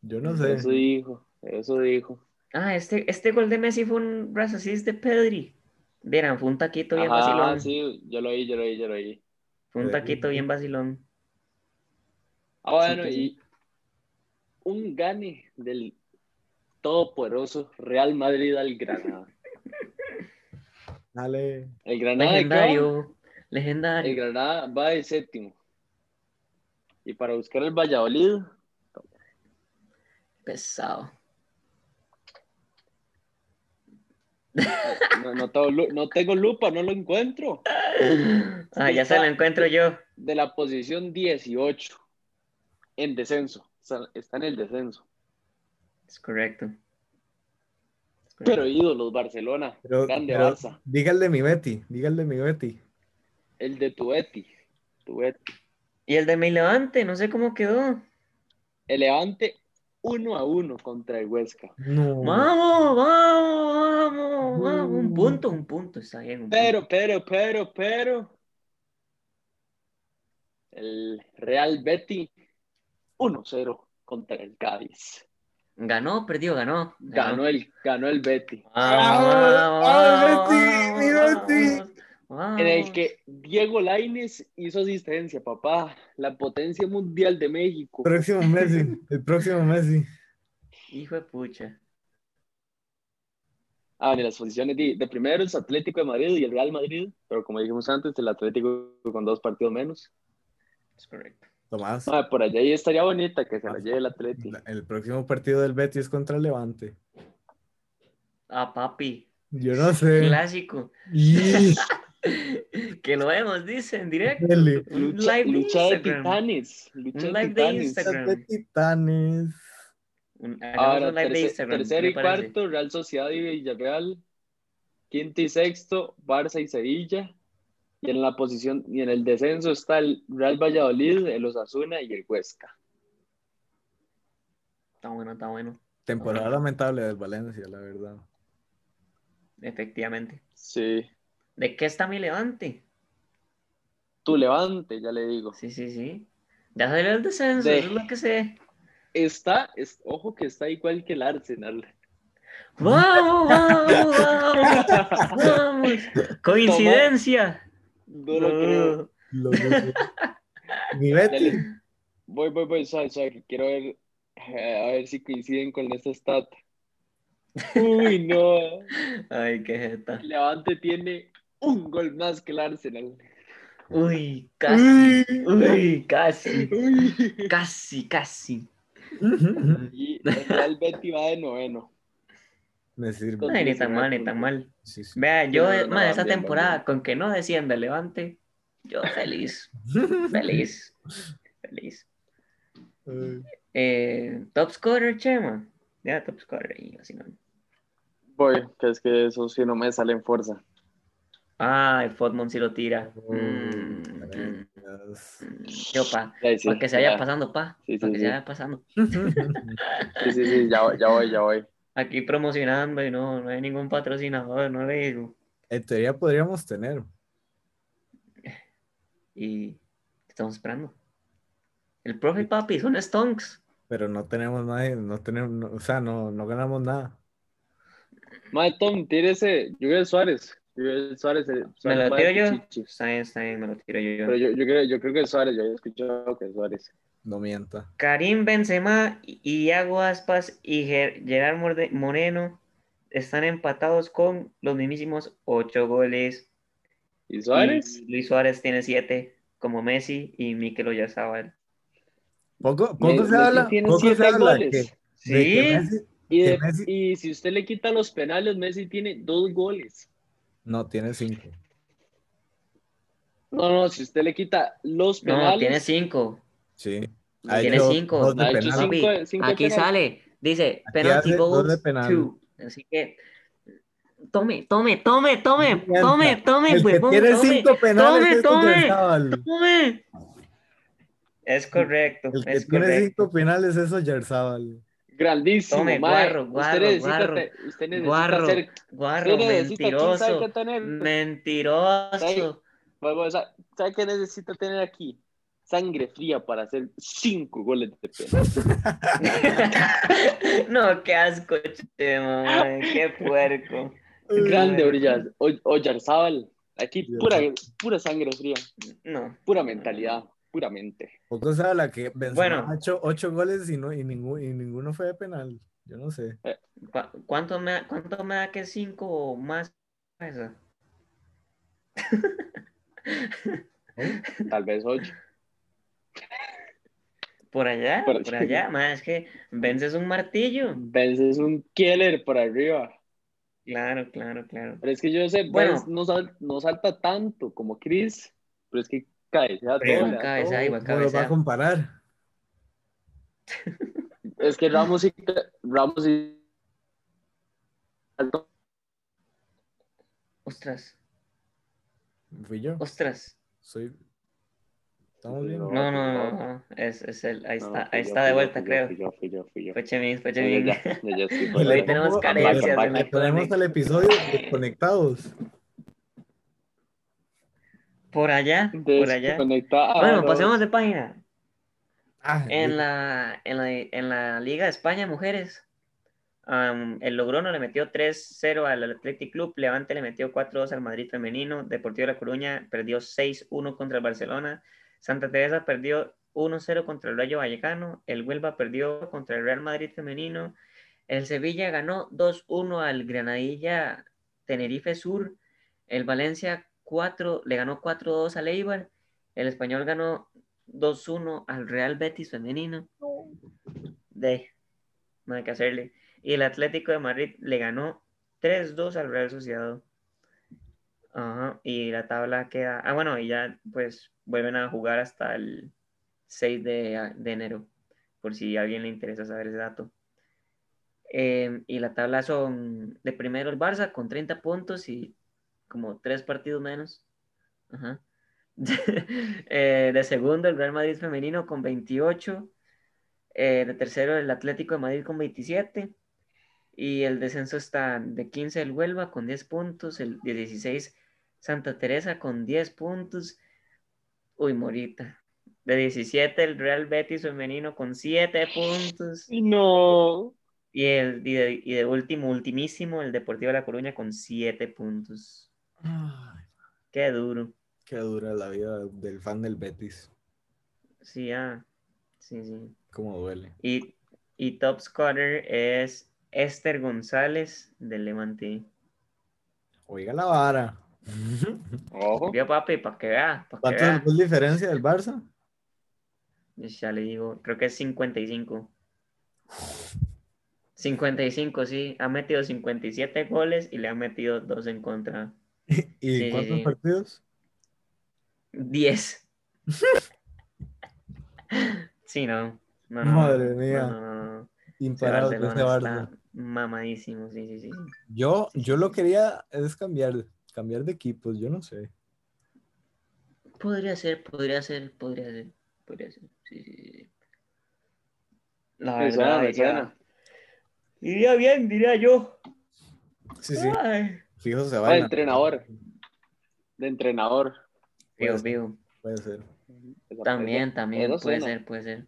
Speaker 1: Yo no sé.
Speaker 3: Eso dijo, eso dijo.
Speaker 2: Ah, este, este gol de Messi fue un brazo así de Pedri. Verán, fue un taquito bien
Speaker 3: Ajá,
Speaker 2: vacilón.
Speaker 3: sí, yo lo oí, yo lo oí, yo lo oí.
Speaker 2: Fue un taquito bien vacilón.
Speaker 3: Ah, bueno,
Speaker 2: Sí, sí,
Speaker 3: y un gane del todopoderoso Real Madrid al Granada.
Speaker 1: Dale.
Speaker 3: El Granada, de qué va?
Speaker 2: Legendario.
Speaker 3: el
Speaker 2: Legendario.
Speaker 3: Granada va de séptimo. Y para buscar el Valladolid,
Speaker 2: Pesado.
Speaker 3: no, no tengo, lu- no tengo lupa, no lo encuentro.
Speaker 2: Ah, ya se lo encuentro yo.
Speaker 3: De la posición 18, en descenso. O sea, está en el descenso.
Speaker 2: Es correcto. Es correcto.
Speaker 3: Pero ídolos, Barcelona,
Speaker 1: Pero-
Speaker 3: grande
Speaker 1: pero-
Speaker 3: Barça.
Speaker 1: Diga el de mi Betty, diga el de mi Betty.
Speaker 3: El de Tueti. Tueti.
Speaker 2: Y el de mi levante, no sé cómo quedó.
Speaker 3: El Levante 1 a 1 contra el Huesca.
Speaker 1: No.
Speaker 2: Vamos, vamos, vamos, vamos. Un punto, un punto, está bien. un punto.
Speaker 3: Pero, pero, pero, pero. El Real Betty 1-0 contra el Cádiz.
Speaker 2: Ganó, perdió, ganó.
Speaker 3: Ganó el, ganó el Betty.
Speaker 2: Vamos,
Speaker 1: Ah,
Speaker 2: vamos,
Speaker 1: ah, Betty, mi
Speaker 2: vamos,
Speaker 1: Betty.
Speaker 2: vamos.
Speaker 3: En el
Speaker 2: Ah.
Speaker 3: que Diego Laines hizo asistencia, papá. La potencia mundial de México.
Speaker 1: Próximo Messi, el próximo Messi.
Speaker 2: Hijo de pucha.
Speaker 3: Ah, en las posiciones de, de primero es Atlético de Madrid y el Real Madrid. Pero como dijimos antes, el Atlético con dos partidos menos.
Speaker 2: Es correcto.
Speaker 1: Tomás,
Speaker 3: Ah, por allá ahí estaría bonita que se la lleve el Atlético.
Speaker 1: la- el próximo partido del Betty es contra el Levante.
Speaker 2: Ah, papi.
Speaker 1: Yo no sé.
Speaker 2: Clásico.
Speaker 1: Y-
Speaker 2: que lo vemos, dice en directo.
Speaker 1: Dele.
Speaker 2: Un
Speaker 3: Lucha,
Speaker 2: live de
Speaker 3: lucha de
Speaker 2: Instagram.
Speaker 3: titanes. Lucha
Speaker 2: Un
Speaker 3: de
Speaker 2: live de
Speaker 3: titanes.
Speaker 2: Instagram.
Speaker 1: De titanes.
Speaker 2: Un, hagamos
Speaker 3: Ahora,
Speaker 2: un live de
Speaker 3: terce-
Speaker 2: Instagram,
Speaker 3: tercero
Speaker 2: me
Speaker 3: y
Speaker 2: parece.
Speaker 3: cuarto, Real Sociedad y Villarreal. Quinto y sexto, Barça y Sevilla. Y en la posición, y en el descenso está el Real Valladolid, el Osasuna y el Huesca.
Speaker 2: Está bueno, está bueno.
Speaker 1: Temporada lamentable del Valencia, la verdad.
Speaker 2: Efectivamente.
Speaker 3: Sí.
Speaker 2: ¿De qué está mi levante?
Speaker 3: Tu levante, ya le digo.
Speaker 2: Sí, sí, sí. Ya salió el descenso,
Speaker 3: De-
Speaker 2: eso es lo que sé.
Speaker 3: Está, es- ojo que está igual que el Arsenal.
Speaker 2: ¡Vamos, vamos, vamos! ¡Vamos! ¡Coincidencia!
Speaker 3: No lo creo.
Speaker 1: Lo
Speaker 2: No.
Speaker 1: dudo. mi Betty.
Speaker 3: Dale. Voy, voy, voy, suave, suave, que quiero ver, eh, a ver si coinciden con esta stat. Uy, no.
Speaker 2: Ay, qué jeta.
Speaker 3: El Levante tiene un gol más que el Arsenal.
Speaker 2: Uy, casi.
Speaker 1: Uy.
Speaker 2: Uy, casi.
Speaker 3: Uy.
Speaker 2: Casi, casi.
Speaker 3: Y el Real Betty va de noveno.
Speaker 1: Me sirve.
Speaker 2: Ay, ni tan mal, ni tan mal.
Speaker 1: Sí, sí.
Speaker 2: Vea,
Speaker 3: No,
Speaker 2: yo,
Speaker 3: no, no,
Speaker 2: ma,
Speaker 3: van
Speaker 2: esta
Speaker 3: bien, van
Speaker 2: temporada, con que no descienda el Levante, yo feliz, feliz, feliz.
Speaker 1: Ay.
Speaker 2: Eh, top scorer, Chema. Ya, top scorer. Y así no.
Speaker 3: Voy, que es que eso sí no me sale en fuerza.
Speaker 2: Ah, el Fodmon sí lo tira. Mm, mm,
Speaker 1: Gracias.
Speaker 2: mm. Yo, pa.
Speaker 3: Ahí sí,
Speaker 2: para que se vaya
Speaker 3: ya.
Speaker 2: pasando, pa.
Speaker 3: Sí, sí,
Speaker 2: para que
Speaker 3: sí.
Speaker 2: se vaya pasando.
Speaker 3: Sí, sí, sí, ya, voy, ya voy, ya voy.
Speaker 2: Aquí promocionando y no, no hay ningún patrocinador, no le digo.
Speaker 1: En teoría podríamos tener.
Speaker 2: Y estamos esperando. El profe, papi, son stonks.
Speaker 1: pero no tenemos nadie, no tenemos, no- o sea, no, no ganamos nada.
Speaker 3: Mae, Tom, tírese. Juguel Suárez. Juguel Suárez. eh,
Speaker 2: ¿Me
Speaker 3: Suárez
Speaker 2: lo
Speaker 3: va
Speaker 2: tiro
Speaker 3: de
Speaker 2: yo?
Speaker 3: Pichichi.
Speaker 2: Está bien, está bien, me lo tiro yo.
Speaker 3: Pero yo, yo creo, yo creo que es Suárez, yo había escuchado que es Suárez.
Speaker 1: No mienta.
Speaker 2: Karim Benzema, Iago Aspas y Ger- Gerard Morde- Moreno están empatados con los mismísimos ocho goles.
Speaker 3: ¿Y Suárez?
Speaker 2: Y Luis Suárez tiene siete, como Messi y Mikel Oyarzabal.
Speaker 1: Poco, poco
Speaker 3: Me-
Speaker 1: se habla,
Speaker 3: Messi tiene
Speaker 1: poco se
Speaker 3: siete
Speaker 1: habla que, de
Speaker 3: goles.
Speaker 1: que
Speaker 2: Sí,
Speaker 1: Messi-
Speaker 3: Y, de-
Speaker 1: que Messi-
Speaker 3: y si usted le quita los penales, Messi tiene dos goles.
Speaker 1: no tiene cinco.
Speaker 3: No, no, si usted le quita los penales.
Speaker 2: no, tiene cinco.
Speaker 1: Sí.
Speaker 3: Ha
Speaker 2: tiene
Speaker 1: hecho
Speaker 2: cinco.
Speaker 1: dos de
Speaker 3: Ha hecho
Speaker 1: penal.
Speaker 3: cinco.
Speaker 2: Papi,
Speaker 3: cinco
Speaker 2: aquí
Speaker 3: penales.
Speaker 2: sale, dice
Speaker 1: Aquí
Speaker 2: penalty
Speaker 1: hace dos
Speaker 2: goals
Speaker 1: de penal.
Speaker 2: two. Así que tome, tome, tome, tome,
Speaker 1: Me encanta.
Speaker 2: tome, tome,
Speaker 1: El que
Speaker 2: huevón,
Speaker 1: tiene
Speaker 2: tome,
Speaker 1: cinco penales es
Speaker 2: tome,
Speaker 1: Oyarzabal.
Speaker 2: tome. Es correcto,
Speaker 1: El que
Speaker 2: es
Speaker 1: tiene
Speaker 2: correcto.
Speaker 1: cinco penales es Oyarzabal.
Speaker 3: Grandísimo,
Speaker 2: Tome,
Speaker 3: mae.
Speaker 2: guarro,
Speaker 3: usted
Speaker 2: guarro,
Speaker 3: necesita,
Speaker 2: guarro,
Speaker 3: te- usted necesita
Speaker 2: guarro,
Speaker 3: ser-
Speaker 2: Guarro,
Speaker 3: usted necesita, ¿quién sabe qué
Speaker 2: Mm.
Speaker 3: Pues,
Speaker 2: mentiroso,
Speaker 3: tener?
Speaker 2: mentiroso.
Speaker 3: Vamos, ¿Sabe qué necesita tener aquí? sangre fría para hacer cinco goles de penal.
Speaker 2: no, qué asco, Chema, mae, qué puerco.
Speaker 3: Grande Orillas, O- Oyarzábal. Aquí
Speaker 1: Dios.
Speaker 3: pura, pura sangre fría,
Speaker 2: No.
Speaker 3: pura mentalidad, puramente.
Speaker 1: Poco se habla que Benzema
Speaker 2: Bueno.
Speaker 1: ha hecho ocho goles y, no, y, ningún- y ninguno fue de penal. Yo no sé.
Speaker 2: ¿Cu- ¿Cuánto me da, cuánto me da que cinco o más? Esa.
Speaker 3: Tal vez ocho.
Speaker 2: Por allá,
Speaker 3: Por-
Speaker 2: por, allá, mae, es que Vence es un martillo.
Speaker 3: Benz es un killer por arriba.
Speaker 2: Claro, claro, claro.
Speaker 3: Pero es que yo sé,
Speaker 2: Bueno.
Speaker 3: Benz no, sal- no salta tanto como Chris, pero es que cabecea
Speaker 1: Pero
Speaker 3: todo, le da
Speaker 2: cabecea
Speaker 3: todo.
Speaker 2: igual.
Speaker 1: ¿Cómo lo va a
Speaker 2: cabecea.
Speaker 1: comparar?
Speaker 3: Es que Ramos y Ramos y
Speaker 2: Ostras,
Speaker 1: Fui yo.
Speaker 2: ostras.
Speaker 1: Soy. Estamos bien.
Speaker 3: No,
Speaker 2: No, no,
Speaker 3: no.
Speaker 2: no, no, pues Es, es el, ahí
Speaker 3: No,
Speaker 2: está,
Speaker 3: fui
Speaker 2: ahí
Speaker 3: yo,
Speaker 2: está
Speaker 3: fui
Speaker 2: de
Speaker 3: yo,
Speaker 2: vuelta,
Speaker 3: fui yo,
Speaker 2: creo.
Speaker 3: Fui yo, fui yo, fui yo.
Speaker 2: Fue Chemin, fue
Speaker 3: Ya,
Speaker 2: Chemin.
Speaker 3: ya, ya, ya, ya, sí,
Speaker 1: Y
Speaker 3: fue
Speaker 1: le
Speaker 2: Hoy
Speaker 3: yo.
Speaker 2: tenemos
Speaker 1: pongo-
Speaker 2: carencias
Speaker 1: le-
Speaker 3: en
Speaker 1: Le
Speaker 2: el
Speaker 1: ponemos
Speaker 2: Connect.
Speaker 1: al episodio de conectados.
Speaker 2: Por allá, por allá.
Speaker 3: Desconectados.
Speaker 2: Bueno, pasemos de página.
Speaker 1: Ah,
Speaker 2: En la, en la, en la Liga de España, mujeres, am, el Logroño le metió 3-0 al Athletic Club, Levante le metió 4-2 al Madrid femenino, Deportivo de La Coruña perdió 6-1 contra el Barcelona, Santa Teresa perdió 1-0 contra el Rayo Vallecano, el Huelva perdió contra el Real Madrid femenino, el Sevilla ganó 2-1 al Granadilla Tenerife Sur, el Valencia 4, le ganó 4-2 al Eibar, el Español ganó 2-1 al Real Betis femenino. De, no hay que hacerle. Y el Atlético de Madrid le ganó 3-2 al Real Sociedad. Ajá, y la tabla queda. Ah, bueno, y ya pues vuelven a jugar hasta el 6 de, de enero, por si a alguien le interesa saber ese dato. Eh, y la tabla son de primero el Barça con 30 puntos y como 3 partidos menos. Ajá. Eh, de segundo, el Real Madrid femenino con 28. Eh, de tercero, el Atlético de Madrid con 27. Y el descenso está de 15 el Huelva con 10 puntos, el 16 Santa Teresa con 10 puntos. Uy, Morita. De 17 el Real Betis femenino con 7 puntos.
Speaker 3: No.
Speaker 2: Y, el, y, de, y de último, ultimísimo, el Deportivo de La Coruña con 7 puntos.
Speaker 1: Ay,
Speaker 2: Qué duro.
Speaker 1: qué dura la vida del fan del Betis.
Speaker 2: Sí, ah. Sí, sí.
Speaker 1: Cómo duele.
Speaker 2: Y, y top scorer es Esther González del Levante.
Speaker 1: Oiga la vara.
Speaker 3: Ojo.
Speaker 2: Vio papi, para que vea, para que
Speaker 1: ¿Cuánto
Speaker 2: vea.
Speaker 1: es la diferencia del Barça?
Speaker 2: Ya le digo, creo que es 55. 55, sí. Ha metido 57 goles y le ha metido dos en contra.
Speaker 1: ¿Y
Speaker 2: Sí,
Speaker 1: cuántos
Speaker 2: sí.
Speaker 1: partidos?
Speaker 2: 10. sí, no. No, no,
Speaker 1: Madre
Speaker 2: no,
Speaker 1: mía.
Speaker 2: No, no, no. Ese
Speaker 1: Imparables de
Speaker 2: Barcelona
Speaker 1: este Barça.
Speaker 2: está mamadísimo, sí, sí, sí.
Speaker 1: Yo, yo lo quería es cambiar, cambiar de equipos, yo no sé.
Speaker 2: Podría ser, podría ser, podría ser, podría ser. Sí, sí, sí. La
Speaker 3: Me suena, Ah,
Speaker 2: verdad,
Speaker 3: me
Speaker 2: ya-
Speaker 3: suena.
Speaker 2: Iría bien, diría yo.
Speaker 1: Sí, sí.
Speaker 2: Ay.
Speaker 1: Fijo se
Speaker 3: Ah,
Speaker 1: va.
Speaker 3: de entrenador. De entrenador.
Speaker 2: Vivo,
Speaker 3: Pues,
Speaker 1: Puede ser,
Speaker 2: vivo.
Speaker 1: Puede ser.
Speaker 3: Esa-
Speaker 2: También, también,
Speaker 3: eso
Speaker 2: puede
Speaker 3: suena.
Speaker 2: ser, puede ser.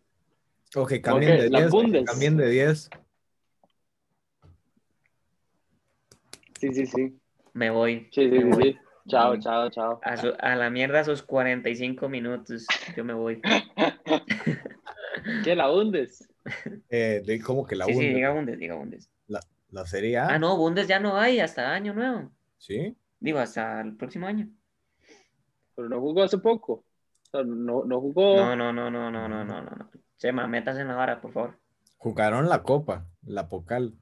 Speaker 1: O que cambien
Speaker 3: Ok, la
Speaker 1: de 10.
Speaker 3: Bundes.
Speaker 1: Cambien de 10.
Speaker 3: esa- Sí, sí, sí.
Speaker 2: Me voy.
Speaker 3: Sí, sí,
Speaker 2: me
Speaker 3: sí,
Speaker 2: voy.
Speaker 3: sí. Chao, chao, chao.
Speaker 2: A, su- a la mierda sus 45 minutos. Yo me voy.
Speaker 3: ¿Qué la hundes?
Speaker 1: Eh, de, como que la
Speaker 2: sí, sí,
Speaker 1: Bundes.
Speaker 2: diga Bundes, diga Bundes.
Speaker 1: La Serie A.
Speaker 2: Ah, no, Bundes ya no hay hasta año nuevo.
Speaker 1: Sí.
Speaker 2: Digo, hasta el próximo año.
Speaker 3: Pero no jugó hace poco. O sea, no, no jugó.
Speaker 2: No, no, no, no, no, no, no, no. Chema, metas en la vara, por favor.
Speaker 1: Jugaron la Copa, la Pocal.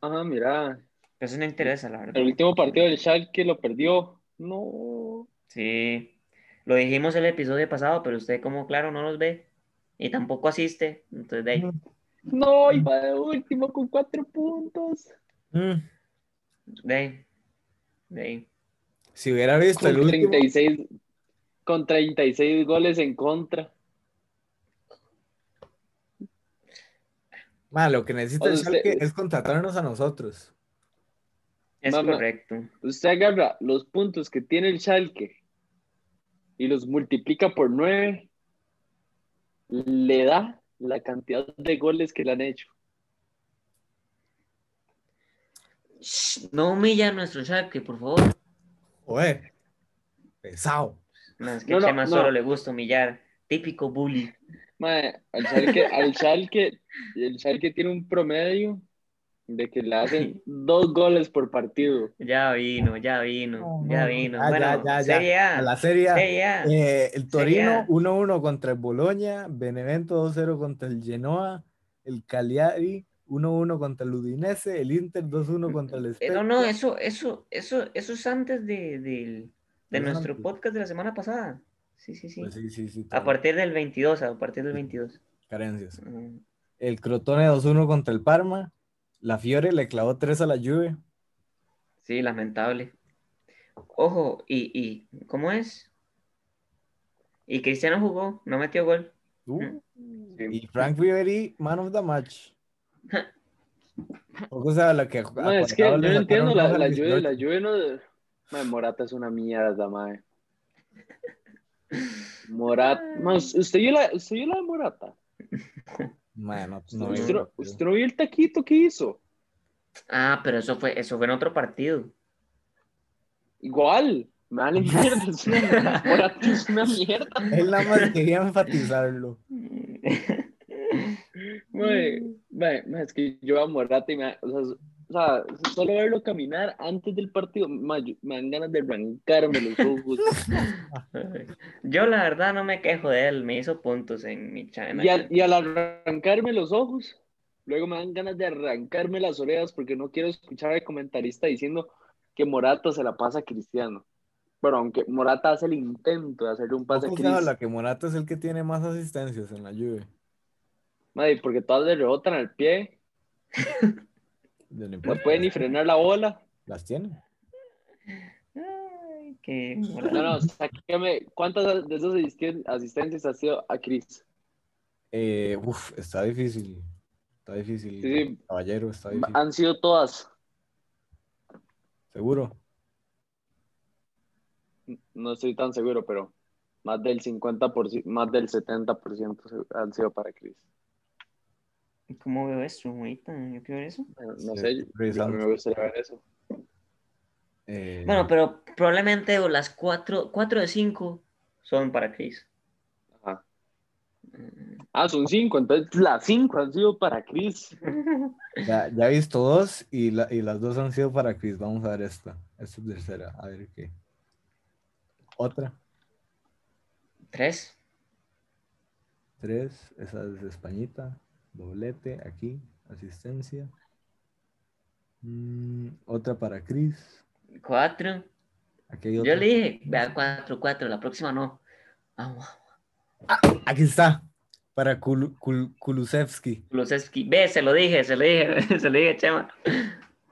Speaker 3: Ajá, mira.
Speaker 2: Eso no interesa, la verdad.
Speaker 3: El último partido del Schalke lo perdió. No.
Speaker 2: Sí, lo dijimos el episodio pasado, pero usted como claro no los ve y tampoco asiste, entonces de ahí,
Speaker 1: No.
Speaker 3: No, iba de último con cuatro puntos.
Speaker 1: Mm.
Speaker 2: de ahí, de ahí.
Speaker 1: Si hubiera visto
Speaker 3: Con
Speaker 1: el último.
Speaker 3: 36, con 36 goles en contra.
Speaker 1: Ma, lo que necesita
Speaker 3: O sea,
Speaker 1: el Schalke
Speaker 3: usted-
Speaker 1: es contratarnos a nosotros.
Speaker 2: Es
Speaker 3: Mamá.
Speaker 2: correcto.
Speaker 3: Usted agarra los puntos que tiene el Schalke y los multiplica por 9, le da la cantidad de goles que le han hecho.
Speaker 2: Shh, no humilla a nuestro Shaqui, por favor.
Speaker 1: Oye, pesado.
Speaker 2: No, es que
Speaker 3: No,
Speaker 2: a
Speaker 3: no,
Speaker 2: Chema
Speaker 3: no.
Speaker 2: solo le gusta humillar. Típico bully.
Speaker 3: Mae, al Schalke, al Schalke- el Schalke tiene un promedio de que le hacen dos goles por partido.
Speaker 2: Ya vino, ya vino,
Speaker 1: No,
Speaker 2: ya
Speaker 1: no, Ah,
Speaker 2: vino.
Speaker 1: ya, ya, ya,
Speaker 2: bueno,
Speaker 1: ya.
Speaker 2: Serie A,
Speaker 1: A la Serie A,
Speaker 2: Serie A.
Speaker 1: eh, el Torino
Speaker 2: Sería-
Speaker 1: 1-1 contra el Boloña, Benevento 2-0 contra el Genoa, el Cagliari 1-1 contra el Udinese, el Inter 2-1 contra el
Speaker 2: Eh,
Speaker 1: Spezia.
Speaker 2: no, no, eso, eso, eso, eso es antes de, del- de
Speaker 1: Es
Speaker 2: nuestro
Speaker 1: antes.
Speaker 2: podcast de la semana pasada. Sí, sí, sí.
Speaker 1: Pues sí, sí, sí,
Speaker 2: A partir del 22, a partir del 22.
Speaker 1: carencias.
Speaker 2: Mm.
Speaker 1: El Crotone 2-1 contra el Parma, la Fiore le clavó 3 a la Juve.
Speaker 2: Sí, lamentable. Ojo, y, y ¿cómo es? Y Cristiano jugó, no metió gol.
Speaker 1: Uh,
Speaker 2: Mm.
Speaker 3: Sí.
Speaker 1: Y Frank Ribery, man of the match. Poco se habla que a- a
Speaker 3: No, es que
Speaker 1: Cuadrado
Speaker 3: yo
Speaker 1: le
Speaker 3: no
Speaker 1: sacaron
Speaker 3: entiendo, la,
Speaker 1: roja al
Speaker 3: la Juve,
Speaker 1: 18.
Speaker 3: la Juve no... Mae, Morata es una mierda, mae. Morata... mae, ¿usted, vio la, ¿Usted vio la de Morata?
Speaker 1: Mae, pues no- no
Speaker 3: ¿Usted,
Speaker 1: veo.
Speaker 3: no- usted no vio el taquito que hizo?
Speaker 2: Ah, pero eso fue, eso fue en otro partido.
Speaker 3: Igual. Me vale mierda, es una, Morata es una mierda.
Speaker 1: Él nada más quería enfatizarlo.
Speaker 3: Mae, mae, mae, es que yo a Morata y me, da- o sea, o sea, solo verlo caminar antes del partido, mae, yo- me dan ganas de arrancarme los ojos.
Speaker 2: Yo la verdad no me quejo de él, me hizo puntos en mi channel.
Speaker 3: Y al, y al arrancarme los ojos, luego me dan ganas de arrancarme las orejas porque no quiero escuchar al comentarista diciendo que Morata se la pasa a Cristiano. Pero aunque Morata hace el intento de hacerle un pase a
Speaker 1: Poco se
Speaker 3: Cristiano,
Speaker 1: habla que Morata es el que tiene más asistencias en la Juve.
Speaker 3: madre, porque todas le rebotan al pie,
Speaker 1: No le
Speaker 3: no
Speaker 1: importa,
Speaker 3: puede ni frenar la bola.
Speaker 1: Las tiene.
Speaker 2: Ay, qué
Speaker 3: No,
Speaker 2: morada.
Speaker 3: no, sáqueme, ¿cuántas de esas asisten- asistencias ha sido a Cris?
Speaker 1: Eh, uf, está difícil. Está difícil.
Speaker 3: Sí, sí. ah,
Speaker 1: Caballero, está difícil.
Speaker 3: Han sido todas.
Speaker 1: Seguro.
Speaker 3: No estoy tan seguro, pero más del 50%, más del 70% se- han sido para Cris.
Speaker 2: ¿Cómo veo eso, güeyita? Yo quiero ver eso.
Speaker 3: No
Speaker 1: Sí,
Speaker 3: sé, yo-
Speaker 1: revisando.
Speaker 3: me gustaría ver eso.
Speaker 1: Eh,
Speaker 2: Bueno, pero probablemente las 4 de 5 son para Chris. Mm.
Speaker 3: Ajá. Ah, son cinco, entonces las cinco han sido para Chris.
Speaker 1: ya, ya he visto dos y, la- y las dos han sido para Chris. Vamos a ver esta. Esta es tercera. A ver qué. Otra.
Speaker 2: 3.
Speaker 1: Tres. Esa es españita. Doblete aquí. Asistencia. Mm, otra para Chris.
Speaker 2: 4.
Speaker 1: Aquí hay
Speaker 2: Yo
Speaker 1: otra.
Speaker 2: le dije, vea 4, 4, la próxima no. Vamos.
Speaker 1: Aquí está. Para Kul- Kul- Kulusevski.
Speaker 2: Kulusevski. Ve, se lo dije, se lo dije, se lo dije, Chema.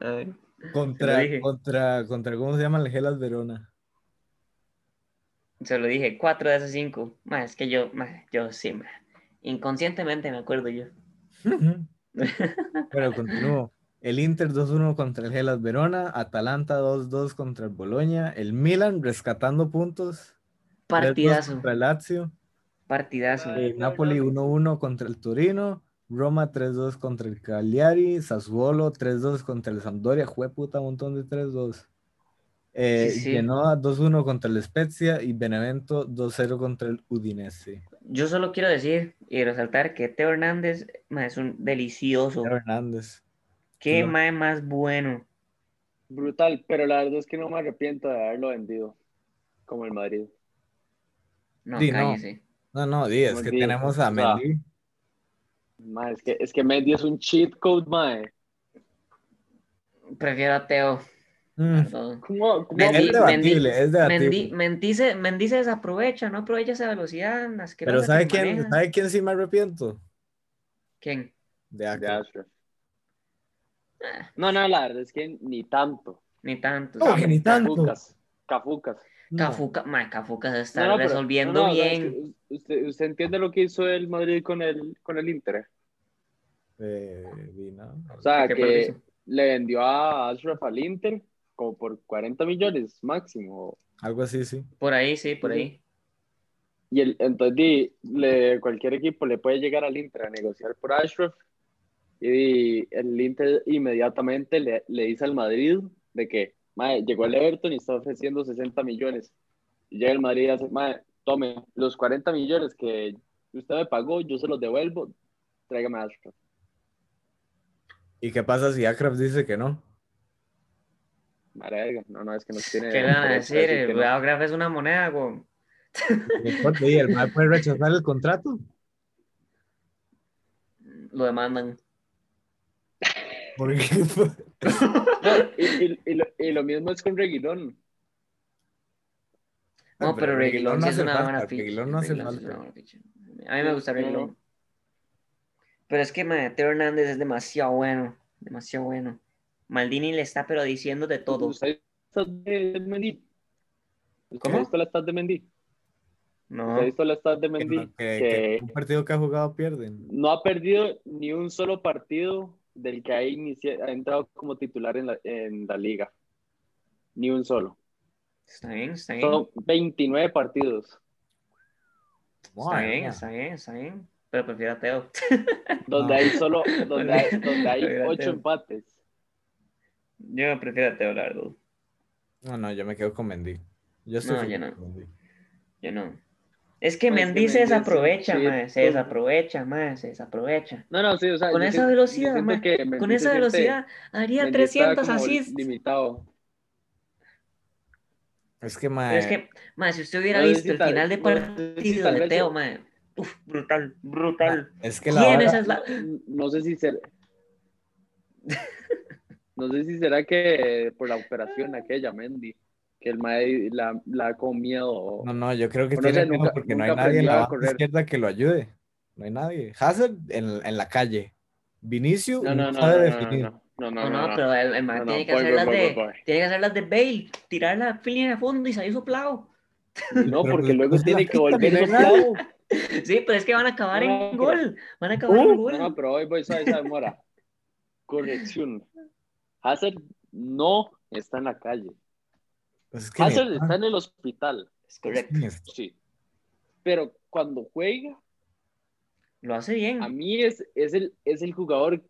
Speaker 2: Ay.
Speaker 1: Contra,
Speaker 2: dije.
Speaker 1: contra, contra, ¿cómo se llama? El Gelas Verona.
Speaker 2: Se lo dije, 4 de esas 5. Es que yo, ma, yo sí, ma. inconscientemente me acuerdo yo.
Speaker 1: Pero continúo. El Inter 2-1 contra el Gelas Verona, Atalanta 2-2 contra el Boloña, el Milan rescatando puntos, 3-2
Speaker 2: Partidazo,
Speaker 1: contra el Lazio,
Speaker 2: partidazo.
Speaker 1: el Napoli 1-1 contra el Torino, Roma 3-2 contra el Cagliari, Sassuolo 3-2 contra el Sampdoria, jueputa, un montón de 3-2. Eh,
Speaker 2: Sí, sí.
Speaker 1: Genoa 2-1 contra el Spezia y Benevento 2-0 contra el Udinese.
Speaker 2: Yo solo quiero decir y resaltar que Teo Hernández ma, es un delicioso.
Speaker 1: Pedro Hernández.
Speaker 2: Qué
Speaker 1: no.
Speaker 2: mae más bueno.
Speaker 3: Brutal, pero la verdad es que no me arrepiento de haberlo vendido, como el Madrid.
Speaker 2: No,
Speaker 1: Sí, no.
Speaker 2: cállese.
Speaker 1: No, no, di, es
Speaker 3: Como
Speaker 1: que
Speaker 3: di,
Speaker 1: tenemos
Speaker 2: Ah.
Speaker 1: a
Speaker 3: o sea,
Speaker 1: Mendy.
Speaker 3: Ma, es que, es que Mendy es un cheat code, eh. mae.
Speaker 2: Prefiero a Teo.
Speaker 1: Mm,
Speaker 2: perdón.
Speaker 3: ¿Cómo, cómo-
Speaker 2: Mendy-
Speaker 1: es debatible, es debatible.
Speaker 2: Mendy, Mendy se, Mendy se desaprovecha, no aprovecha esa velocidad. asquerosa
Speaker 1: Pero
Speaker 2: que
Speaker 1: ¿sabe quién,
Speaker 2: maneja.
Speaker 1: ¿sabe quién sí me arrepiento?
Speaker 2: ¿Quién?
Speaker 1: De Acre.
Speaker 3: Ya, sure. No, no, la verdad es que ni tanto.
Speaker 2: Ni tanto.
Speaker 1: No,
Speaker 2: ¿sabe?
Speaker 1: que ni tanto.
Speaker 3: Cafucas, cafucas.
Speaker 1: No.
Speaker 2: Cafuca, mae, Cafuca se está
Speaker 3: No, no, pero-
Speaker 2: resolviendo
Speaker 3: no, no, o sea, es
Speaker 2: bien.
Speaker 3: que usted, usted entiende lo que hizo el Madrid con el, con el Inter.
Speaker 1: Eh, di, no.
Speaker 3: O sea,
Speaker 2: ¿Qué
Speaker 3: ah, que
Speaker 2: fue lo Ah, que hizo?
Speaker 3: le vendió a Ashraf al Inter como por 40 millones máximo.
Speaker 1: Algo así, sí.
Speaker 2: Por ahí, sí, por
Speaker 3: Sí.
Speaker 2: ahí.
Speaker 3: Y el, entonces di, le- cualquier equipo le puede llegar al Inter a negociar por Ashraf. Y el Inter inmediatamente le, le dice al Madrid de que "Mae, llegó el Everton y está ofreciendo 60 millones. Y llega el Madrid y hace, "Mae, tome los 40 millones que usted me pagó, yo se los devuelvo, tráigame a Ashraf.
Speaker 1: ¿Y qué pasa si Akraf dice que no?
Speaker 3: Mara verga, no, no, es que nos tiene.
Speaker 2: ¿Qué le van a
Speaker 3: no,
Speaker 2: decir?
Speaker 3: es que
Speaker 2: El
Speaker 3: no.
Speaker 2: Bravo Graf es una moneda, güey.
Speaker 1: ¿Y el mae puede rechazar el contrato?
Speaker 2: Lo demandan.
Speaker 1: Porque pues,
Speaker 3: No, y, y- y lo, y lo mismo es con Reguilón.
Speaker 2: No, pero Reguilón sí es una buena ficha.
Speaker 1: Reguilón no hace
Speaker 2: Reguilón sí es una
Speaker 1: falta.
Speaker 2: buena ficha. A mí me gusta
Speaker 3: No, no.
Speaker 2: Reguilón. Pero es que mae, Teo Hernández es demasiado bueno. Demasiado bueno. Maldini le está pero diciendo de todo.
Speaker 3: Usted está de Mendy. ¿Usted
Speaker 2: ¿Cómo?
Speaker 3: ha visto la stat de Mendy?
Speaker 2: No.
Speaker 3: ¿Usted ha visto la stat de
Speaker 1: Que
Speaker 3: Mendy?
Speaker 1: no- que-
Speaker 3: que
Speaker 1: que un partido que ha jugado pierden.
Speaker 3: no ha perdido ni un solo partido del que ha, inicia- ha entrado como titular en la, en la liga. Ni un solo.
Speaker 2: Está bien, está bien.
Speaker 3: Son 29 partidos.
Speaker 2: Está
Speaker 1: Mae,
Speaker 2: bien,
Speaker 1: mae.
Speaker 2: está bien, está bien. Pero prefiero a Teo.
Speaker 3: Donde
Speaker 1: Ah.
Speaker 3: hay solo, donde hay, donde hay
Speaker 2: Espérate.
Speaker 3: 8 empates.
Speaker 2: Yo prefiero a Teo, la verdad.
Speaker 1: No, no, yo me quedo con Mendy. Yo estoy
Speaker 2: No,
Speaker 1: full
Speaker 2: yo no.
Speaker 1: con Mendy.
Speaker 2: Yo no. Es que
Speaker 3: Mae,
Speaker 2: Mendy se
Speaker 3: es que Mendy es un
Speaker 2: desaprovecha, mae. Se
Speaker 3: chip.
Speaker 2: desaprovecha, mae. Se desaprovecha.
Speaker 3: No, no, sí, o sea,
Speaker 2: Con
Speaker 3: yo
Speaker 2: esa
Speaker 3: siento- yo
Speaker 2: velocidad,
Speaker 3: siento
Speaker 2: man,
Speaker 3: que Mendy
Speaker 2: Con
Speaker 3: se
Speaker 2: esa
Speaker 3: siente-
Speaker 2: velocidad haría
Speaker 3: Mendy este estaba
Speaker 2: 300
Speaker 3: como
Speaker 2: assists.
Speaker 3: Limitado.
Speaker 1: Es que,
Speaker 2: Pero es
Speaker 1: mae,
Speaker 2: que, mae, si usted hubiera
Speaker 3: No sé
Speaker 2: visto
Speaker 3: si
Speaker 2: el
Speaker 3: tal-
Speaker 2: final de
Speaker 3: no sé si
Speaker 2: partido
Speaker 3: tal
Speaker 2: de
Speaker 3: vez
Speaker 2: Teo,
Speaker 3: yo-
Speaker 2: mae. Uf, brutal, brutal.
Speaker 1: es que la
Speaker 2: ¿Quién
Speaker 1: vara-
Speaker 2: es la...
Speaker 3: No, no sé si será. No sé si será que por la operación aquella, Mendy, que el Mae la, la ha comido.
Speaker 1: No, no, yo creo que
Speaker 3: Bueno,
Speaker 1: tiene
Speaker 3: ese nunca-
Speaker 1: miedo porque no hay
Speaker 3: nunca
Speaker 1: nadie en
Speaker 3: aprendió a
Speaker 1: la banda
Speaker 3: correr.
Speaker 1: izquierda que lo ayude. No hay nadie. Hazard en, en la calle. Vinicius
Speaker 3: No, no, no,
Speaker 1: sabe
Speaker 3: no, no,
Speaker 1: definir.
Speaker 3: no, no, no,
Speaker 2: No,
Speaker 3: no,
Speaker 2: no,
Speaker 3: no.
Speaker 2: pero el, el mae
Speaker 3: No, no,
Speaker 2: tiene que
Speaker 3: voy,
Speaker 2: hacer
Speaker 3: voy,
Speaker 2: las
Speaker 3: voy,
Speaker 2: de...
Speaker 3: voy, voy.
Speaker 2: Tiene que hacer las de Bale. Tirar la línea a fondo y salir soplado.
Speaker 1: Pero
Speaker 3: No, porque
Speaker 1: pues,
Speaker 3: luego
Speaker 1: es la
Speaker 3: tiene
Speaker 1: pista,
Speaker 3: que volver
Speaker 1: no hay
Speaker 3: a
Speaker 1: nadie.
Speaker 2: Sí, pero es que van a acabar
Speaker 3: No,
Speaker 2: en
Speaker 3: pero-
Speaker 2: gol. Van a acabar en
Speaker 3: No,
Speaker 2: gol.
Speaker 3: no, pero hoy voy, sabe, sabe, Mora. Corrección. Hazard no está en la calle.
Speaker 1: Pues es que ni-
Speaker 3: Hazard está en el hospital,
Speaker 2: Es correcto.
Speaker 1: ni es-
Speaker 3: sí. Pero cuando juega,
Speaker 2: Lo hace bien.
Speaker 3: A mí es, es, el, es el jugador,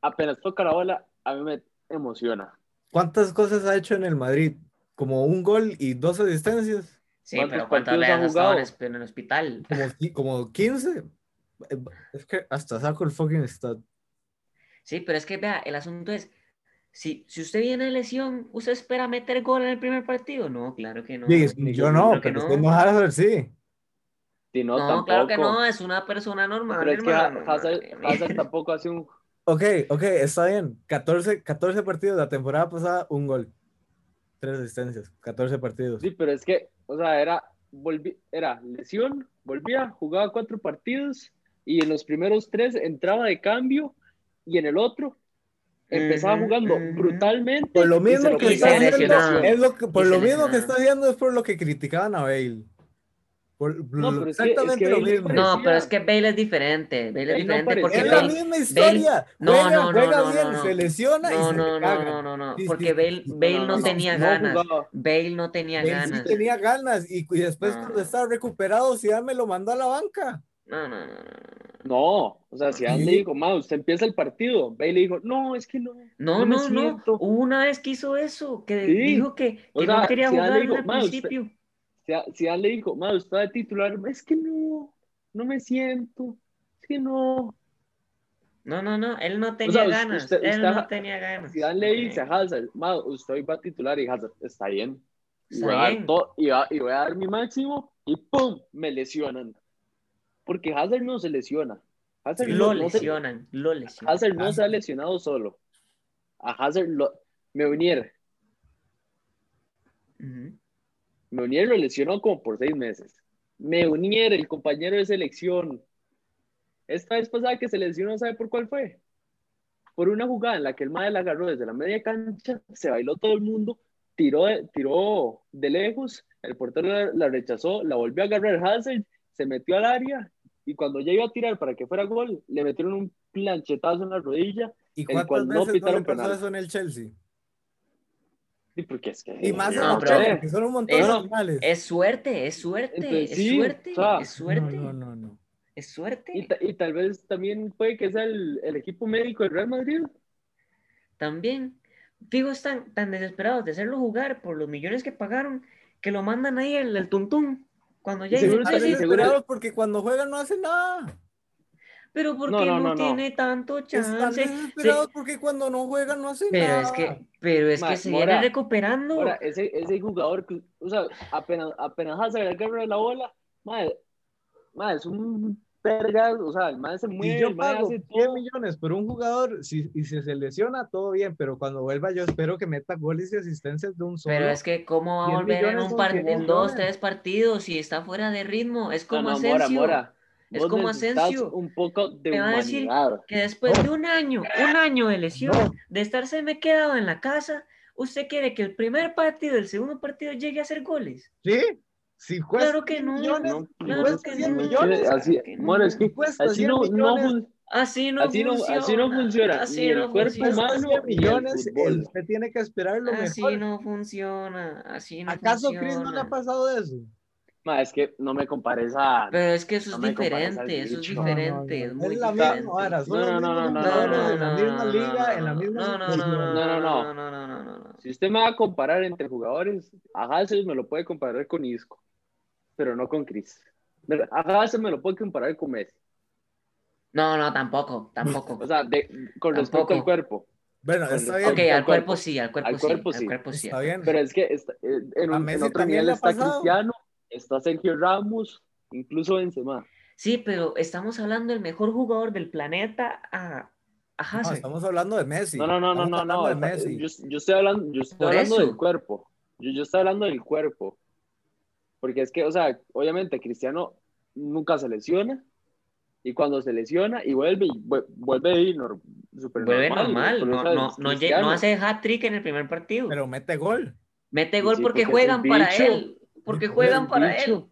Speaker 3: apenas toca la bola, a mí me emociona.
Speaker 1: ¿Cuántas cosas ha hecho en el Madrid? Como un gol y dos asistencias.
Speaker 2: Sí,
Speaker 3: ¿Cuántos
Speaker 2: pero ¿cuántas
Speaker 3: partidos
Speaker 2: veces
Speaker 3: ha
Speaker 2: ha estado en,
Speaker 3: jugado?
Speaker 2: hosp- en el hospital?
Speaker 1: Como, qui- como 15. Eh, Es que hasta saco el fucking stat.
Speaker 2: Sí, pero es que vea, el asunto es, si, si usted viene de lesión, ¿usted espera meter gol en el primer partido? No, claro que no.
Speaker 1: Sí, yo no,
Speaker 2: creo que
Speaker 1: pero
Speaker 2: no.
Speaker 1: usted no Hazard, sí.
Speaker 3: Si no,
Speaker 2: No,
Speaker 3: tampoco.
Speaker 2: claro que no, es una persona normal.
Speaker 3: Pero es que
Speaker 2: hermano.
Speaker 3: Ha- Hazard, Hazard tampoco hace un...
Speaker 1: Ok, ok, está bien. 14, 14 partidos. La temporada pasada, un gol. Tres asistencias. 14 partidos.
Speaker 3: Sí, pero es que, o sea, era, volvi- era lesión, volvía, jugaba cuatro partidos y en los primeros tres entraba de cambio y en el otro empezaba
Speaker 2: Ujú,
Speaker 3: jugando
Speaker 2: ujú.
Speaker 3: brutalmente.
Speaker 1: Por Pues lo
Speaker 3: y
Speaker 1: mismo
Speaker 3: se
Speaker 1: que
Speaker 2: y
Speaker 1: está
Speaker 2: se
Speaker 3: quitaban.
Speaker 1: haciendo,
Speaker 2: lesionaba.
Speaker 1: es lo que- por
Speaker 2: Y se
Speaker 1: lo mismo que
Speaker 2: lesionaba.
Speaker 1: está haciendo es por lo que criticaban a Bale. Por,
Speaker 3: No, pero es que- es que
Speaker 1: exactamente lo
Speaker 3: Bale es
Speaker 1: mismo.
Speaker 3: parecido.
Speaker 2: No, pero es que Bale es diferente. Bale es
Speaker 3: Él no
Speaker 2: diferente porque
Speaker 1: es la
Speaker 3: parecía-
Speaker 2: Bale...
Speaker 1: misma historia.
Speaker 2: no,
Speaker 1: juega
Speaker 2: no, no,
Speaker 1: juega
Speaker 2: no,
Speaker 1: bien,
Speaker 2: no, no.
Speaker 1: se lesiona y
Speaker 2: No,
Speaker 1: se le
Speaker 2: no, no,
Speaker 1: caga.
Speaker 2: no, no, no,
Speaker 1: Sí, sí,
Speaker 2: porque
Speaker 1: sí.
Speaker 2: Bale,
Speaker 1: No,
Speaker 2: Bale
Speaker 3: no,
Speaker 2: no,
Speaker 3: no,
Speaker 2: tenía
Speaker 3: no
Speaker 2: ganas.
Speaker 3: jugaba.
Speaker 2: Bale no tenía
Speaker 1: Bale sí
Speaker 2: ganas.
Speaker 1: tenía ganas y, y después
Speaker 2: No.
Speaker 1: cuando estaba recuperado Zidane me lo mandó a la banca.
Speaker 2: No, no, no, no.
Speaker 3: No, o sea, si Andy
Speaker 1: Sí.
Speaker 3: dijo, ma, usted empieza el partido. Bale dijo, no, es que no.
Speaker 2: No,
Speaker 3: No me
Speaker 2: no, no.
Speaker 3: siento.
Speaker 2: Hubo una vez que hizo eso, que
Speaker 3: Sí.
Speaker 2: dijo que,
Speaker 3: O
Speaker 2: que no
Speaker 3: sea,
Speaker 2: quería
Speaker 3: si
Speaker 2: jugar
Speaker 3: algo-
Speaker 2: al
Speaker 3: ma, usted-
Speaker 2: principio.
Speaker 3: Zidane- Zidane le dijo, ma, usted de titular, es que no, no me siento, es que no.
Speaker 2: No, no, no. Él no tenía
Speaker 3: us-
Speaker 2: ganas.
Speaker 3: usted-
Speaker 2: él
Speaker 3: usted-
Speaker 2: no tenía ganas.
Speaker 3: Zidane le
Speaker 2: Ok.
Speaker 3: dice a Hazard, ma, usted hoy va a titular y Hazard, está bien. Y
Speaker 2: Está
Speaker 3: voy, a dar
Speaker 2: bien.
Speaker 3: todo- y, va- y voy a dar mi máximo y ¡pum! Me lesionan. Porque Hazard no se lesiona. Hazard
Speaker 2: Lo
Speaker 3: no, no se-
Speaker 2: lesionan, lo lesionan.
Speaker 3: Hazard no se ha lesionado solo. A Hazard lo, me uniera.
Speaker 2: Ujú.
Speaker 3: Meunier lo lesionó como por seis meses. Meunier, el compañero de selección. Esta vez pasada que se lesionó, ¿sabe por cuál fue? Por una jugada en la que el Mae la agarró desde la media cancha, se bailó todo el mundo, tiró, de- tiró de lejos, el portero la, la rechazó, la volvió a agarrar Hazard, se metió al área y cuando ya iba a tirar para que fuera gol, le metieron un planchetazo en la rodilla.
Speaker 1: ¿Y
Speaker 3: cual
Speaker 1: cuántas veces
Speaker 3: no
Speaker 1: no, le
Speaker 3: pitaron
Speaker 1: pasó
Speaker 3: penal.
Speaker 1: eso en el Chelsea?
Speaker 3: Sí, porque es que.
Speaker 1: Y más
Speaker 2: No,
Speaker 1: en
Speaker 2: pero-
Speaker 1: Ochoa, que son un montón
Speaker 2: Es-
Speaker 1: de animales.
Speaker 2: Es suerte, es suerte,
Speaker 3: Entonces,
Speaker 2: es
Speaker 3: sí,
Speaker 2: suerte,
Speaker 3: o sea,
Speaker 2: es suerte,
Speaker 1: No, no, no, no.
Speaker 2: es suerte.
Speaker 3: Y, ta- y tal vez también puede que sea el, el equipo médico del Real Madrid.
Speaker 2: También, Figo están tan desesperados de hacerlo jugar por los millones que pagaron que lo mandan ahí al, al tuntún. Cuando ya
Speaker 3: Y seguro
Speaker 2: dicen,
Speaker 1: Están
Speaker 3: sí,
Speaker 2: "Ay,
Speaker 3: sí, seguro.
Speaker 1: desesperados porque cuando juegan no hacen nada.
Speaker 2: pero ¿por
Speaker 3: No,
Speaker 2: qué
Speaker 3: no,
Speaker 2: no,
Speaker 3: no, no.
Speaker 2: tiene tanto
Speaker 1: Están
Speaker 2: chance?
Speaker 1: desesperados
Speaker 2: Sí,
Speaker 1: porque cuando no juegan no hacen
Speaker 2: pero
Speaker 1: nada.
Speaker 2: es que, pero es
Speaker 3: Ma-
Speaker 2: que se
Speaker 3: Mora,
Speaker 2: viene recuperando.
Speaker 3: Ahora, ese, ese jugador, que- o sea, apenas, apenas Hazard agarra la bola, madre, madre, es un verga, o sea, el madre se mueve,
Speaker 1: Si yo
Speaker 3: el madre
Speaker 1: pago
Speaker 3: hace
Speaker 1: 10
Speaker 3: todo.
Speaker 1: millones por un jugador si- y si se lesiona, todo bien, pero cuando vuelva yo espero que meta goles y asistencias de un solo.
Speaker 2: Pero es que cómo va a
Speaker 1: 10
Speaker 2: volver en
Speaker 1: millones
Speaker 2: un
Speaker 1: son
Speaker 2: par,
Speaker 1: 100
Speaker 2: en dos,
Speaker 1: millones.
Speaker 2: tres partidos si está fuera de ritmo. Es como
Speaker 3: Ah, No, no, Mora,
Speaker 2: Asensio,
Speaker 3: Mora.
Speaker 2: Es
Speaker 3: vos
Speaker 2: como
Speaker 3: necesitas
Speaker 2: Asensio.
Speaker 3: Un poco de
Speaker 2: Te va a
Speaker 3: humanidad.
Speaker 2: decir- que después de un año, un año de lesión,
Speaker 1: No.
Speaker 2: de estarse me quedado en la casa, usted quiere que el primer partido, el segundo partido llegue a hacer goles.
Speaker 1: ¿Sí? Si cuesta
Speaker 2: Claro que
Speaker 1: 10
Speaker 2: no.
Speaker 1: millones,
Speaker 3: No,
Speaker 1: si
Speaker 2: claro
Speaker 1: cuesta
Speaker 2: que
Speaker 1: 10
Speaker 2: no.
Speaker 1: millones,
Speaker 3: Así,
Speaker 2: que no.
Speaker 3: Mora, es que
Speaker 1: si cuesta
Speaker 3: así
Speaker 1: 100
Speaker 3: no, no,
Speaker 1: millones,
Speaker 3: fun-
Speaker 2: Así no
Speaker 3: así no,
Speaker 2: funciona.
Speaker 3: así no funciona.
Speaker 2: Así
Speaker 3: ni el
Speaker 2: no
Speaker 3: cuerpo
Speaker 2: funciona.
Speaker 1: cuesta
Speaker 3: humano,
Speaker 1: 100
Speaker 3: ni el
Speaker 1: millones,
Speaker 3: fútbol.
Speaker 1: el- usted tiene que esperar lo
Speaker 2: Así
Speaker 1: mejor.
Speaker 2: Ah, no funciona. Así no
Speaker 1: ¿Acaso
Speaker 2: funciona.
Speaker 1: Chris no le ha pasado eso?
Speaker 3: Ma, es que no me compares a.
Speaker 2: Pero es que eso es
Speaker 3: No me compares al
Speaker 2: diferente, eso es
Speaker 3: bicho. No,
Speaker 1: no,
Speaker 2: diferente.
Speaker 1: no,
Speaker 2: es
Speaker 1: no,
Speaker 2: muy
Speaker 1: es la
Speaker 2: diferente.
Speaker 1: misma vara, son
Speaker 3: No,
Speaker 1: los
Speaker 3: no,
Speaker 1: mismos
Speaker 2: No,
Speaker 3: no,
Speaker 1: jugadores en
Speaker 2: no,
Speaker 1: la
Speaker 2: no,
Speaker 1: misma
Speaker 2: no,
Speaker 1: liga,
Speaker 2: no,
Speaker 1: en la
Speaker 2: no,
Speaker 1: misma
Speaker 2: no, no, no,
Speaker 1: situación.
Speaker 2: no,
Speaker 3: No,
Speaker 2: no,
Speaker 3: no,
Speaker 2: no, no, no, no.
Speaker 3: Si usted me va a comparar entre jugadores, a Hazard me lo puede comparar con Isco, pero no con Chris. Pero A Hazard me lo puede comparar con Messi.
Speaker 2: No, no, tampoco, tampoco.
Speaker 3: O sea, de- con respecto
Speaker 2: Tampoco.
Speaker 3: al cuerpo.
Speaker 1: Bueno, está bien.
Speaker 2: ok,
Speaker 3: al
Speaker 2: al cuerpo
Speaker 3: cuerpo.
Speaker 2: sí, al cuerpo
Speaker 3: Al
Speaker 2: sí,
Speaker 3: cuerpo
Speaker 2: al
Speaker 3: sí.
Speaker 2: cuerpo sí.
Speaker 1: Está bien.
Speaker 3: Pero es que está- eh, en,
Speaker 1: A
Speaker 3: un, en
Speaker 1: Messi
Speaker 3: otro
Speaker 1: también
Speaker 3: nivel
Speaker 1: le ha
Speaker 3: está
Speaker 1: pasado.
Speaker 3: Cristiano, está Sergio Ramos, incluso Benzema.
Speaker 2: Sí, pero estamos hablando del mejor jugador del planeta a, a
Speaker 1: No,
Speaker 2: Hazard.
Speaker 1: estamos hablando de Messi.
Speaker 3: No, no, no, no,
Speaker 1: Estamos
Speaker 3: no, no.
Speaker 1: hablando de
Speaker 3: está-
Speaker 1: Messi.
Speaker 3: yo, yo estoy hablando, yo estoy
Speaker 2: Por
Speaker 3: hablando
Speaker 2: eso.
Speaker 3: del cuerpo. Yo, yo estoy hablando del cuerpo. Porque es que, o sea, obviamente Cristiano nunca se lesiona. Y cuando se lesiona y vuelve, y vu- vuelve y nor- super
Speaker 2: Vuelve
Speaker 3: normal.
Speaker 2: normal,
Speaker 3: pero, o
Speaker 2: no,
Speaker 3: sea,
Speaker 2: no,
Speaker 3: es
Speaker 2: no, lle-
Speaker 3: Cristiano.
Speaker 2: no hace hat-trick en el primer partido.
Speaker 1: Pero mete gol.
Speaker 2: Mete gol
Speaker 3: Sí,
Speaker 2: porque,
Speaker 3: porque es
Speaker 2: juegan
Speaker 3: un
Speaker 2: para
Speaker 3: bicho.
Speaker 2: él. Porque juegan
Speaker 3: un
Speaker 2: para
Speaker 3: bicho.
Speaker 2: él.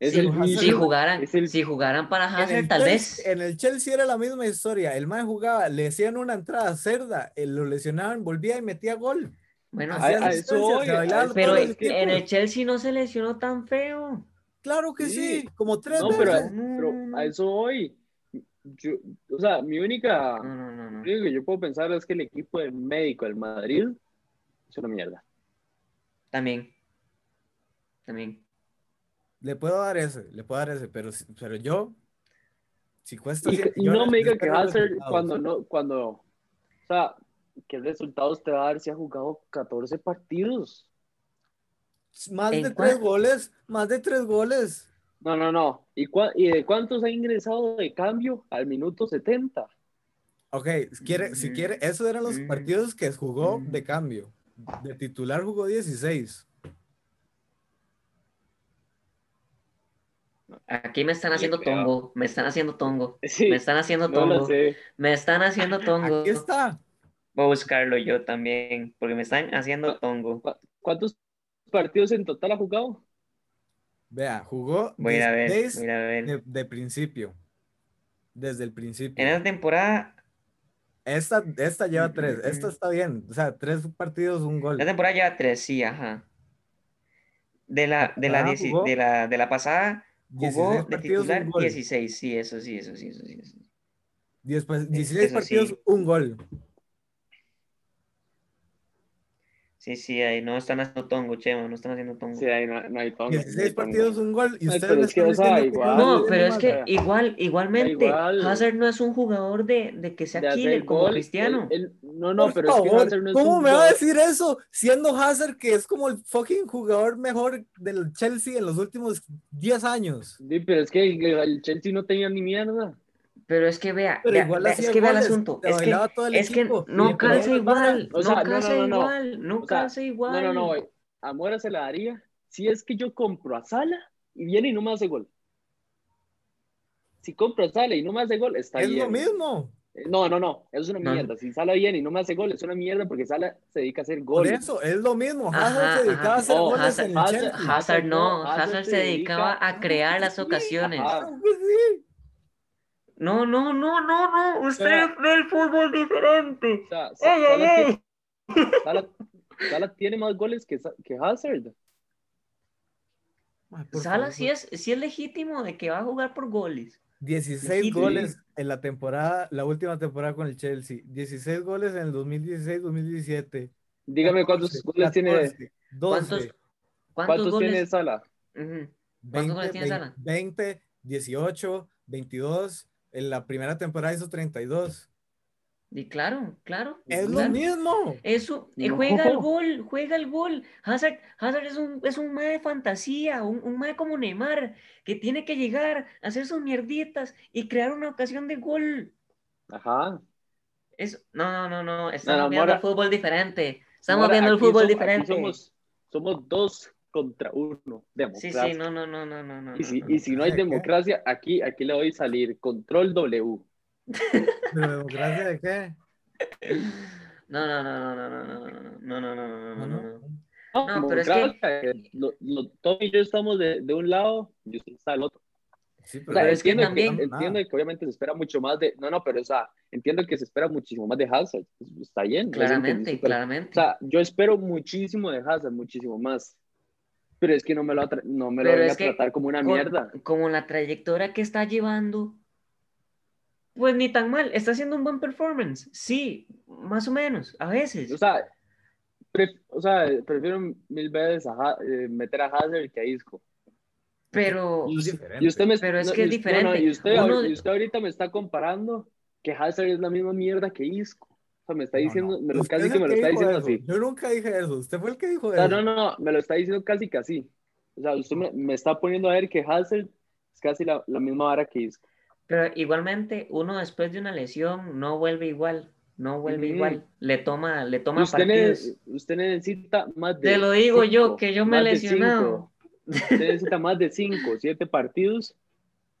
Speaker 3: Es
Speaker 2: Si-
Speaker 3: el
Speaker 1: bicho.
Speaker 2: si, jugaran,
Speaker 3: Es el-
Speaker 2: si jugaran para
Speaker 1: En
Speaker 2: Hazard,
Speaker 1: el
Speaker 2: tal
Speaker 1: Chelsea-
Speaker 2: vez.
Speaker 1: En el Chelsea era la misma historia. El man jugaba, le hacían una entrada cerda, eh, lo lesionaban, volvía y metía gol.
Speaker 2: Bueno,
Speaker 3: A-
Speaker 1: Hacían
Speaker 3: a eso
Speaker 1: asistencias,
Speaker 3: voy,
Speaker 1: se
Speaker 3: a
Speaker 1: bailaban
Speaker 3: eso
Speaker 2: pero
Speaker 1: todos
Speaker 3: voy.
Speaker 1: los
Speaker 2: en
Speaker 1: equipos.
Speaker 2: en el Chelsea no se lesionó tan feo.
Speaker 1: Claro que sí,
Speaker 3: Sí.
Speaker 1: como tres
Speaker 3: No,
Speaker 1: veces.
Speaker 2: No,
Speaker 3: pero,
Speaker 2: no,
Speaker 3: pero
Speaker 2: no, no.
Speaker 3: a eso hoy. o sea, mi única.
Speaker 2: No, no, no, no.
Speaker 3: Lo único que yo puedo pensar es que el equipo del médico del Madrid es una mierda.
Speaker 2: También. También.
Speaker 1: Le puedo dar ese, le puedo dar ese, pero, si- pero yo, si cuesta.
Speaker 3: Y,
Speaker 1: cien
Speaker 3: y no
Speaker 1: millones,
Speaker 3: me
Speaker 1: yo
Speaker 3: diga que
Speaker 1: espero
Speaker 3: Hazard
Speaker 1: resultados.
Speaker 3: cuando no, cuando, o sea, ¿qué resultados te va a dar si ha jugado 14 partidos?
Speaker 1: Más
Speaker 2: ¿En
Speaker 1: de tres
Speaker 2: cuánto?
Speaker 1: goles, más de tres goles.
Speaker 3: No, no, no. ¿Y, cua- y de cuántos ha ingresado de cambio al minuto 70?
Speaker 1: Ok, si quiere, si
Speaker 2: Ujú.
Speaker 1: quiere, esos eran los
Speaker 2: Ujú.
Speaker 1: partidos que jugó de
Speaker 2: Ujú.
Speaker 1: cambio. De titular jugó 16.
Speaker 2: Aquí me están
Speaker 3: Qué
Speaker 2: haciendo
Speaker 3: feo.
Speaker 2: tongo. Me están haciendo tongo.
Speaker 3: Sí,
Speaker 2: Me están haciendo
Speaker 3: no lo
Speaker 2: tongo.
Speaker 3: sé.
Speaker 2: Me están haciendo tongo.
Speaker 1: Aquí está.
Speaker 2: Voy a buscarlo yo también, porque me están haciendo tongo.
Speaker 3: ¿Cuántos partidos en total ha jugado?
Speaker 1: Vea, jugó
Speaker 2: Voy a ir a ver,
Speaker 1: 16
Speaker 2: voy a ir a ver.
Speaker 1: de, de principio. Desde el principio.
Speaker 2: En esta temporada,
Speaker 1: Esta, esta lleva
Speaker 2: Ujú,
Speaker 1: tres.
Speaker 2: ujú.
Speaker 1: Esta está bien. O sea, tres partidos, un gol.
Speaker 2: la temporada ya tres, sí, ajá. De la, de la,
Speaker 1: Ah,
Speaker 2: dieci-
Speaker 1: jugó.
Speaker 2: de la, de la pasada, jugó
Speaker 1: 16
Speaker 2: de
Speaker 1: partidos, un
Speaker 2: titular
Speaker 1: gol.
Speaker 2: 16, sí, eso sí, eso sí, eso sí. eso sí.
Speaker 1: Después,
Speaker 2: Sí,
Speaker 1: 16
Speaker 2: eso
Speaker 1: partidos,
Speaker 2: sí.
Speaker 1: un gol.
Speaker 2: Sí, sí, ahí no están haciendo tongo, Chema, no están haciendo tongo.
Speaker 3: Sí, ahí no, no hay tongo, no
Speaker 1: 16
Speaker 3: hay tongo.
Speaker 1: partidos, un gol. Y
Speaker 3: Ay,
Speaker 1: ustedes
Speaker 3: pero
Speaker 1: me
Speaker 3: es que,
Speaker 1: están
Speaker 3: o sea,
Speaker 1: diciendo que
Speaker 3: igual.
Speaker 2: No,
Speaker 1: vale
Speaker 2: pero es
Speaker 1: más.
Speaker 2: que igual, igualmente,
Speaker 3: Igual.
Speaker 2: Hazard no es un jugador de, de que sea
Speaker 3: De hacer
Speaker 2: killer como
Speaker 3: gol,
Speaker 2: Cristiano.
Speaker 3: el- el- no, no,
Speaker 1: Por
Speaker 3: pero es que
Speaker 1: favor,
Speaker 3: Hazard no es
Speaker 1: ¿Cómo
Speaker 3: un
Speaker 1: me va a
Speaker 3: jugador-
Speaker 1: decir eso? Siendo Hazard, que es como el fucking jugador mejor del Chelsea en los últimos 10 años.
Speaker 3: Sí, pero es que el, el Chelsea no tenía ni mierda.
Speaker 2: Pero es que vea,
Speaker 1: Pero
Speaker 2: vea,
Speaker 1: igual
Speaker 2: vea,
Speaker 1: hacía
Speaker 2: es que vea el
Speaker 1: goles,
Speaker 2: asunto.
Speaker 1: te
Speaker 2: Es que,
Speaker 1: bailaba todo el
Speaker 2: es que
Speaker 1: equipo, y le
Speaker 2: no
Speaker 1: pegaba
Speaker 2: calza
Speaker 1: el balón.
Speaker 2: igual,
Speaker 3: O sea,
Speaker 2: no
Speaker 3: no,
Speaker 2: calza
Speaker 3: no, no, no.
Speaker 2: igual, no
Speaker 3: O sea,
Speaker 2: calza igual.
Speaker 3: No, no, no, güey. A Mora se la daría si es que yo compro a Sala y viene y no me hace gol. Si compro a Sala y no me hace gol, está
Speaker 1: Es
Speaker 3: bien.
Speaker 1: lo mismo.
Speaker 3: Eh, No, no, no, es una
Speaker 2: No.
Speaker 3: mierda. Si Sala viene y no me hace gol, es una mierda porque Sala se dedica a hacer
Speaker 1: Por
Speaker 3: goles.
Speaker 1: eso, es lo mismo. Hazard
Speaker 2: Ajá,
Speaker 1: se dedicaba a
Speaker 2: ajá.
Speaker 1: hacer
Speaker 3: Oh,
Speaker 1: goles
Speaker 2: Hazard-
Speaker 1: en el
Speaker 3: Hazard-
Speaker 1: Chelsea.
Speaker 3: Hazard-
Speaker 2: Hazard no,
Speaker 3: Hazard
Speaker 2: Hazard
Speaker 3: se
Speaker 2: se dedicaba
Speaker 3: dedica-
Speaker 2: a crear las ocasiones.
Speaker 3: Ajá.
Speaker 1: Claro que Ah, pues sí.
Speaker 2: No, no, no, no, no, usted
Speaker 3: Pero-
Speaker 2: ve el fútbol diferente.
Speaker 3: O sea, Sa-
Speaker 2: ¡Ey,
Speaker 3: Sala,
Speaker 2: ey, ey!
Speaker 3: Sala- Sala tiene más goles que, Sa- que Hazard.
Speaker 1: Mae, por
Speaker 2: Sala
Speaker 1: favor.
Speaker 2: sí es, sí es legítimo de que va a jugar por goles.
Speaker 1: 16
Speaker 2: Sí.
Speaker 1: goles en la temporada, la última temporada con el Chelsea. 16 goles en el 2016-2017.
Speaker 3: Dígame cuántos goles tiene,
Speaker 1: 12,
Speaker 2: ¿Cuántos, cuántos,
Speaker 3: cuántos
Speaker 2: goles?
Speaker 3: tiene Sala.
Speaker 2: Ujú.
Speaker 1: 20,
Speaker 2: goles tiene Sala?
Speaker 1: 20, 18, 22. En la primera temporada hizo 32.
Speaker 2: Y claro, claro.
Speaker 1: Es lo
Speaker 2: claro.
Speaker 1: mismo.
Speaker 2: Eso, eh,
Speaker 3: No.
Speaker 2: juega el gol, juega el gol. Hazard, Hazard es un, es un mae de fantasía, un, un mae como Neymar, que tiene que llegar, hacer sus mierditas y crear una ocasión de gol.
Speaker 3: Ajá.
Speaker 2: Es, no, no, no, no, estamos
Speaker 3: no,
Speaker 2: viendo
Speaker 3: Mora-
Speaker 2: el fútbol diferente. Estamos
Speaker 3: Ahora,
Speaker 2: viendo el
Speaker 3: aquí
Speaker 2: fútbol
Speaker 3: somos- aquí
Speaker 2: diferente.
Speaker 3: Somos, somos dos contra uno.
Speaker 2: Sí,
Speaker 3: Democracia.
Speaker 2: sí, no, no, no, no, no, no.
Speaker 3: y, si,
Speaker 2: no,
Speaker 3: y si no hay
Speaker 1: ¿Qué?
Speaker 3: democracia, aquí, aquí le voy a salir. Control W.
Speaker 1: ¿Pero democracia de qué?
Speaker 2: No, no, no, no, no, no, no, no, no, no, no, no, no, no, no. No,
Speaker 3: No,
Speaker 2: pero es
Speaker 3: democracia, eh, lo- lo- Tommy y yo estamos de, de un lado y usted está del otro.
Speaker 1: Sí, pero
Speaker 3: O sea,
Speaker 2: Pero es que
Speaker 3: entiendo, que
Speaker 2: también-
Speaker 3: entiendo que obviamente se espera mucho más de. No, no, pero o sea, entiendo que se espera muchísimo más de Hazard. pues, Está bien. es
Speaker 2: Claramente,
Speaker 3: entendible, pero-
Speaker 2: claramente.
Speaker 3: O sea, yo espero muchísimo de Hazard, muchísimo más. Pero es que no me lo, atra- no me lo
Speaker 2: Pero
Speaker 3: voy a
Speaker 2: es que
Speaker 3: tratar como una
Speaker 2: con-
Speaker 3: mierda.
Speaker 2: como la trayectoria que está llevando, pues ni tan mal. Está haciendo un buen performance. Sí, más o menos, a veces.
Speaker 3: O sea, pref- o sea, prefiero mil veces a Ha- eh, meter a Hazard que a Isco.
Speaker 2: pero
Speaker 1: Es
Speaker 3: Y-
Speaker 1: diferente.
Speaker 3: y usted me-
Speaker 2: Pero es
Speaker 3: no,
Speaker 2: que es
Speaker 3: y- no, no,
Speaker 2: diferente.
Speaker 3: y, usted,
Speaker 2: Uno-
Speaker 3: y usted ahorita me está comparando que Hazard es la misma mierda que Isco. O sea, me está
Speaker 1: No,
Speaker 3: diciendo,
Speaker 1: no.
Speaker 3: me lo,
Speaker 1: Usted
Speaker 3: casi
Speaker 1: es
Speaker 3: que
Speaker 1: el
Speaker 3: me lo
Speaker 1: que
Speaker 3: está
Speaker 1: dijo
Speaker 3: diciendo
Speaker 1: eso.
Speaker 3: así.
Speaker 1: Yo nunca dije eso. Usted fue el que dijo
Speaker 3: O sea,
Speaker 1: eso.
Speaker 3: no, no, no, me lo está diciendo casi que así. O sea, usted me, me está poniendo a ver que Hazard es casi la, la misma vara que Isco.
Speaker 2: pero igualmente, uno después de una lesión no vuelve igual. No vuelve
Speaker 3: Ujú.
Speaker 2: igual. Le toma, le toma
Speaker 3: Usted, ne-
Speaker 2: partidos.
Speaker 3: usted necesita más de.
Speaker 2: Te lo digo yo,
Speaker 3: cinco,
Speaker 2: que yo me he
Speaker 3: más de
Speaker 2: lesionado.
Speaker 3: cinco. Usted necesita más de 5, 7 partidos.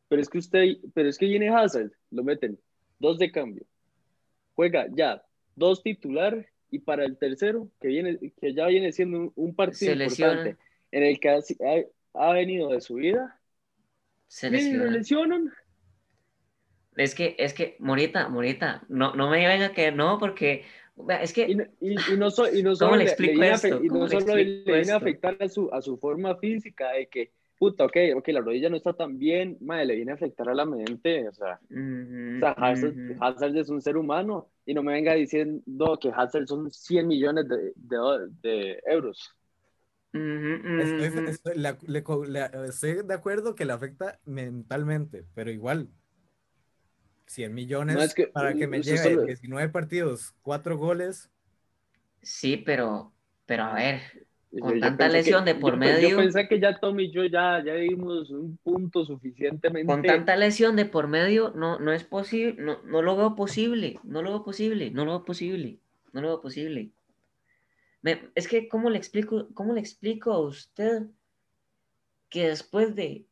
Speaker 3: Pero es que usted, pero es que Jenny Hazard lo meten. Dos de cambio. Juega ya, dos titular. Y para el tercero, que, viene, que ya viene siendo un, un partido
Speaker 2: Se lesiona.
Speaker 3: importante, en el que ha, ha- ha venido de su vida,
Speaker 2: Se
Speaker 3: y lo
Speaker 2: lesiona.
Speaker 3: lesionan.
Speaker 2: Es que, es que, Morita, Morita, no, no me venga que no, porque vea, es
Speaker 3: Y,
Speaker 2: que
Speaker 3: no- y- y no, so- y no solo
Speaker 2: le
Speaker 3: le-
Speaker 2: explico
Speaker 3: le viene a
Speaker 2: esto?
Speaker 3: afe- y no
Speaker 2: ¿Cómo le
Speaker 3: solo le- le
Speaker 2: explico
Speaker 3: viene a
Speaker 2: esto?
Speaker 3: afectar a su, a su forma física, de que, puta, ok, ok, la rodilla no está tan bien, madre, le viene a afectar a la mente, o sea,
Speaker 2: Ujú,
Speaker 3: o sea, Hazard,
Speaker 2: ujú.
Speaker 3: Hazard es un ser humano, y no me venga diciendo que Hazard son 100 millones de, de dólares- de euros.
Speaker 2: Ujú, ujú,
Speaker 1: Estoy,
Speaker 2: ujú.
Speaker 1: estoy- la- le co- la- eh, estoy de acuerdo que le afecta mentalmente, pero igual. 100 millones
Speaker 3: No, es que- pues,
Speaker 1: para que me
Speaker 3: eso
Speaker 1: lleve
Speaker 3: solo-
Speaker 1: 19 partidos, 4 goles.
Speaker 2: Sí, pero, pero a ver,
Speaker 3: Y
Speaker 2: Con
Speaker 3: yo
Speaker 2: tanta
Speaker 3: pensé
Speaker 2: lesión de por
Speaker 3: yo-
Speaker 2: medio.
Speaker 3: Yo pensé que ya Tommy y yo ya, ya dimos un punto suficientemente.
Speaker 2: con tanta lesión de por medio, no, no es posible, no, no lo veo posible, no lo veo posible, no lo veo posible, no lo veo posible. Me- es que, ¿cómo le explico, cómo le explico a usted que después de,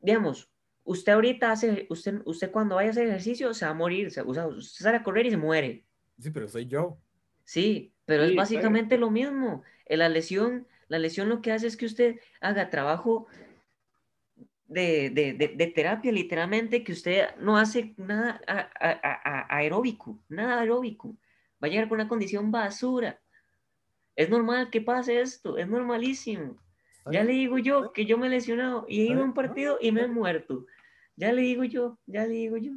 Speaker 2: digamos, usted ahorita hace, usted, usted cuando vaya a hacer ejercicio se va a morir, se, o sea, usted sale a correr y se muere.
Speaker 1: Sí, pero soy yo.
Speaker 2: Sí, pero
Speaker 3: Sí,
Speaker 2: es
Speaker 3: claro.
Speaker 2: básicamente lo mismo. Eh, La lesión, la lesión lo que hace es que usted haga trabajo de, de- de- de terapia, literalmente, que usted no hace nada a- a- a- a- aeróbico, nada aeróbico. Va a llegar con una condición basura. Es normal que pase esto, es normalísimo. Ya le digo yo que yo me he lesionado y he ido a un partido y me he muerto. Ya le digo yo, ya le digo yo.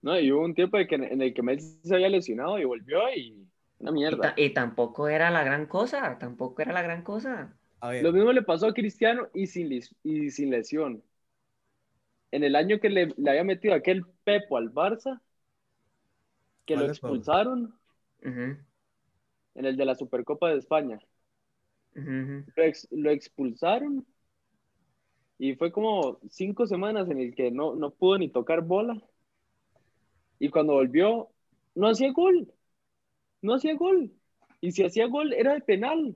Speaker 3: No, y hubo un tiempo de que, en el que Messi se había lesionado y volvió y una
Speaker 2: Y, ta-
Speaker 3: mierda.
Speaker 2: y tampoco era la gran cosa, tampoco era la gran cosa.
Speaker 1: A ver,
Speaker 3: Lo mismo le pasó a Cristiano y sin, lis- y sin lesión. En el año que le, le había metido aquel Pepo al Barça, que lo
Speaker 1: ¿Cuál de todos?
Speaker 3: expulsaron
Speaker 2: Ujú,
Speaker 3: en el de la Supercopa de España.
Speaker 2: ujú, ujú.
Speaker 3: Lo, ex- lo expulsaron y fue como cinco semanas en el que no, no pudo ni tocar bola. Y cuando volvió, no hacía gol. No hacía gol. Y si hacía gol, era de penal.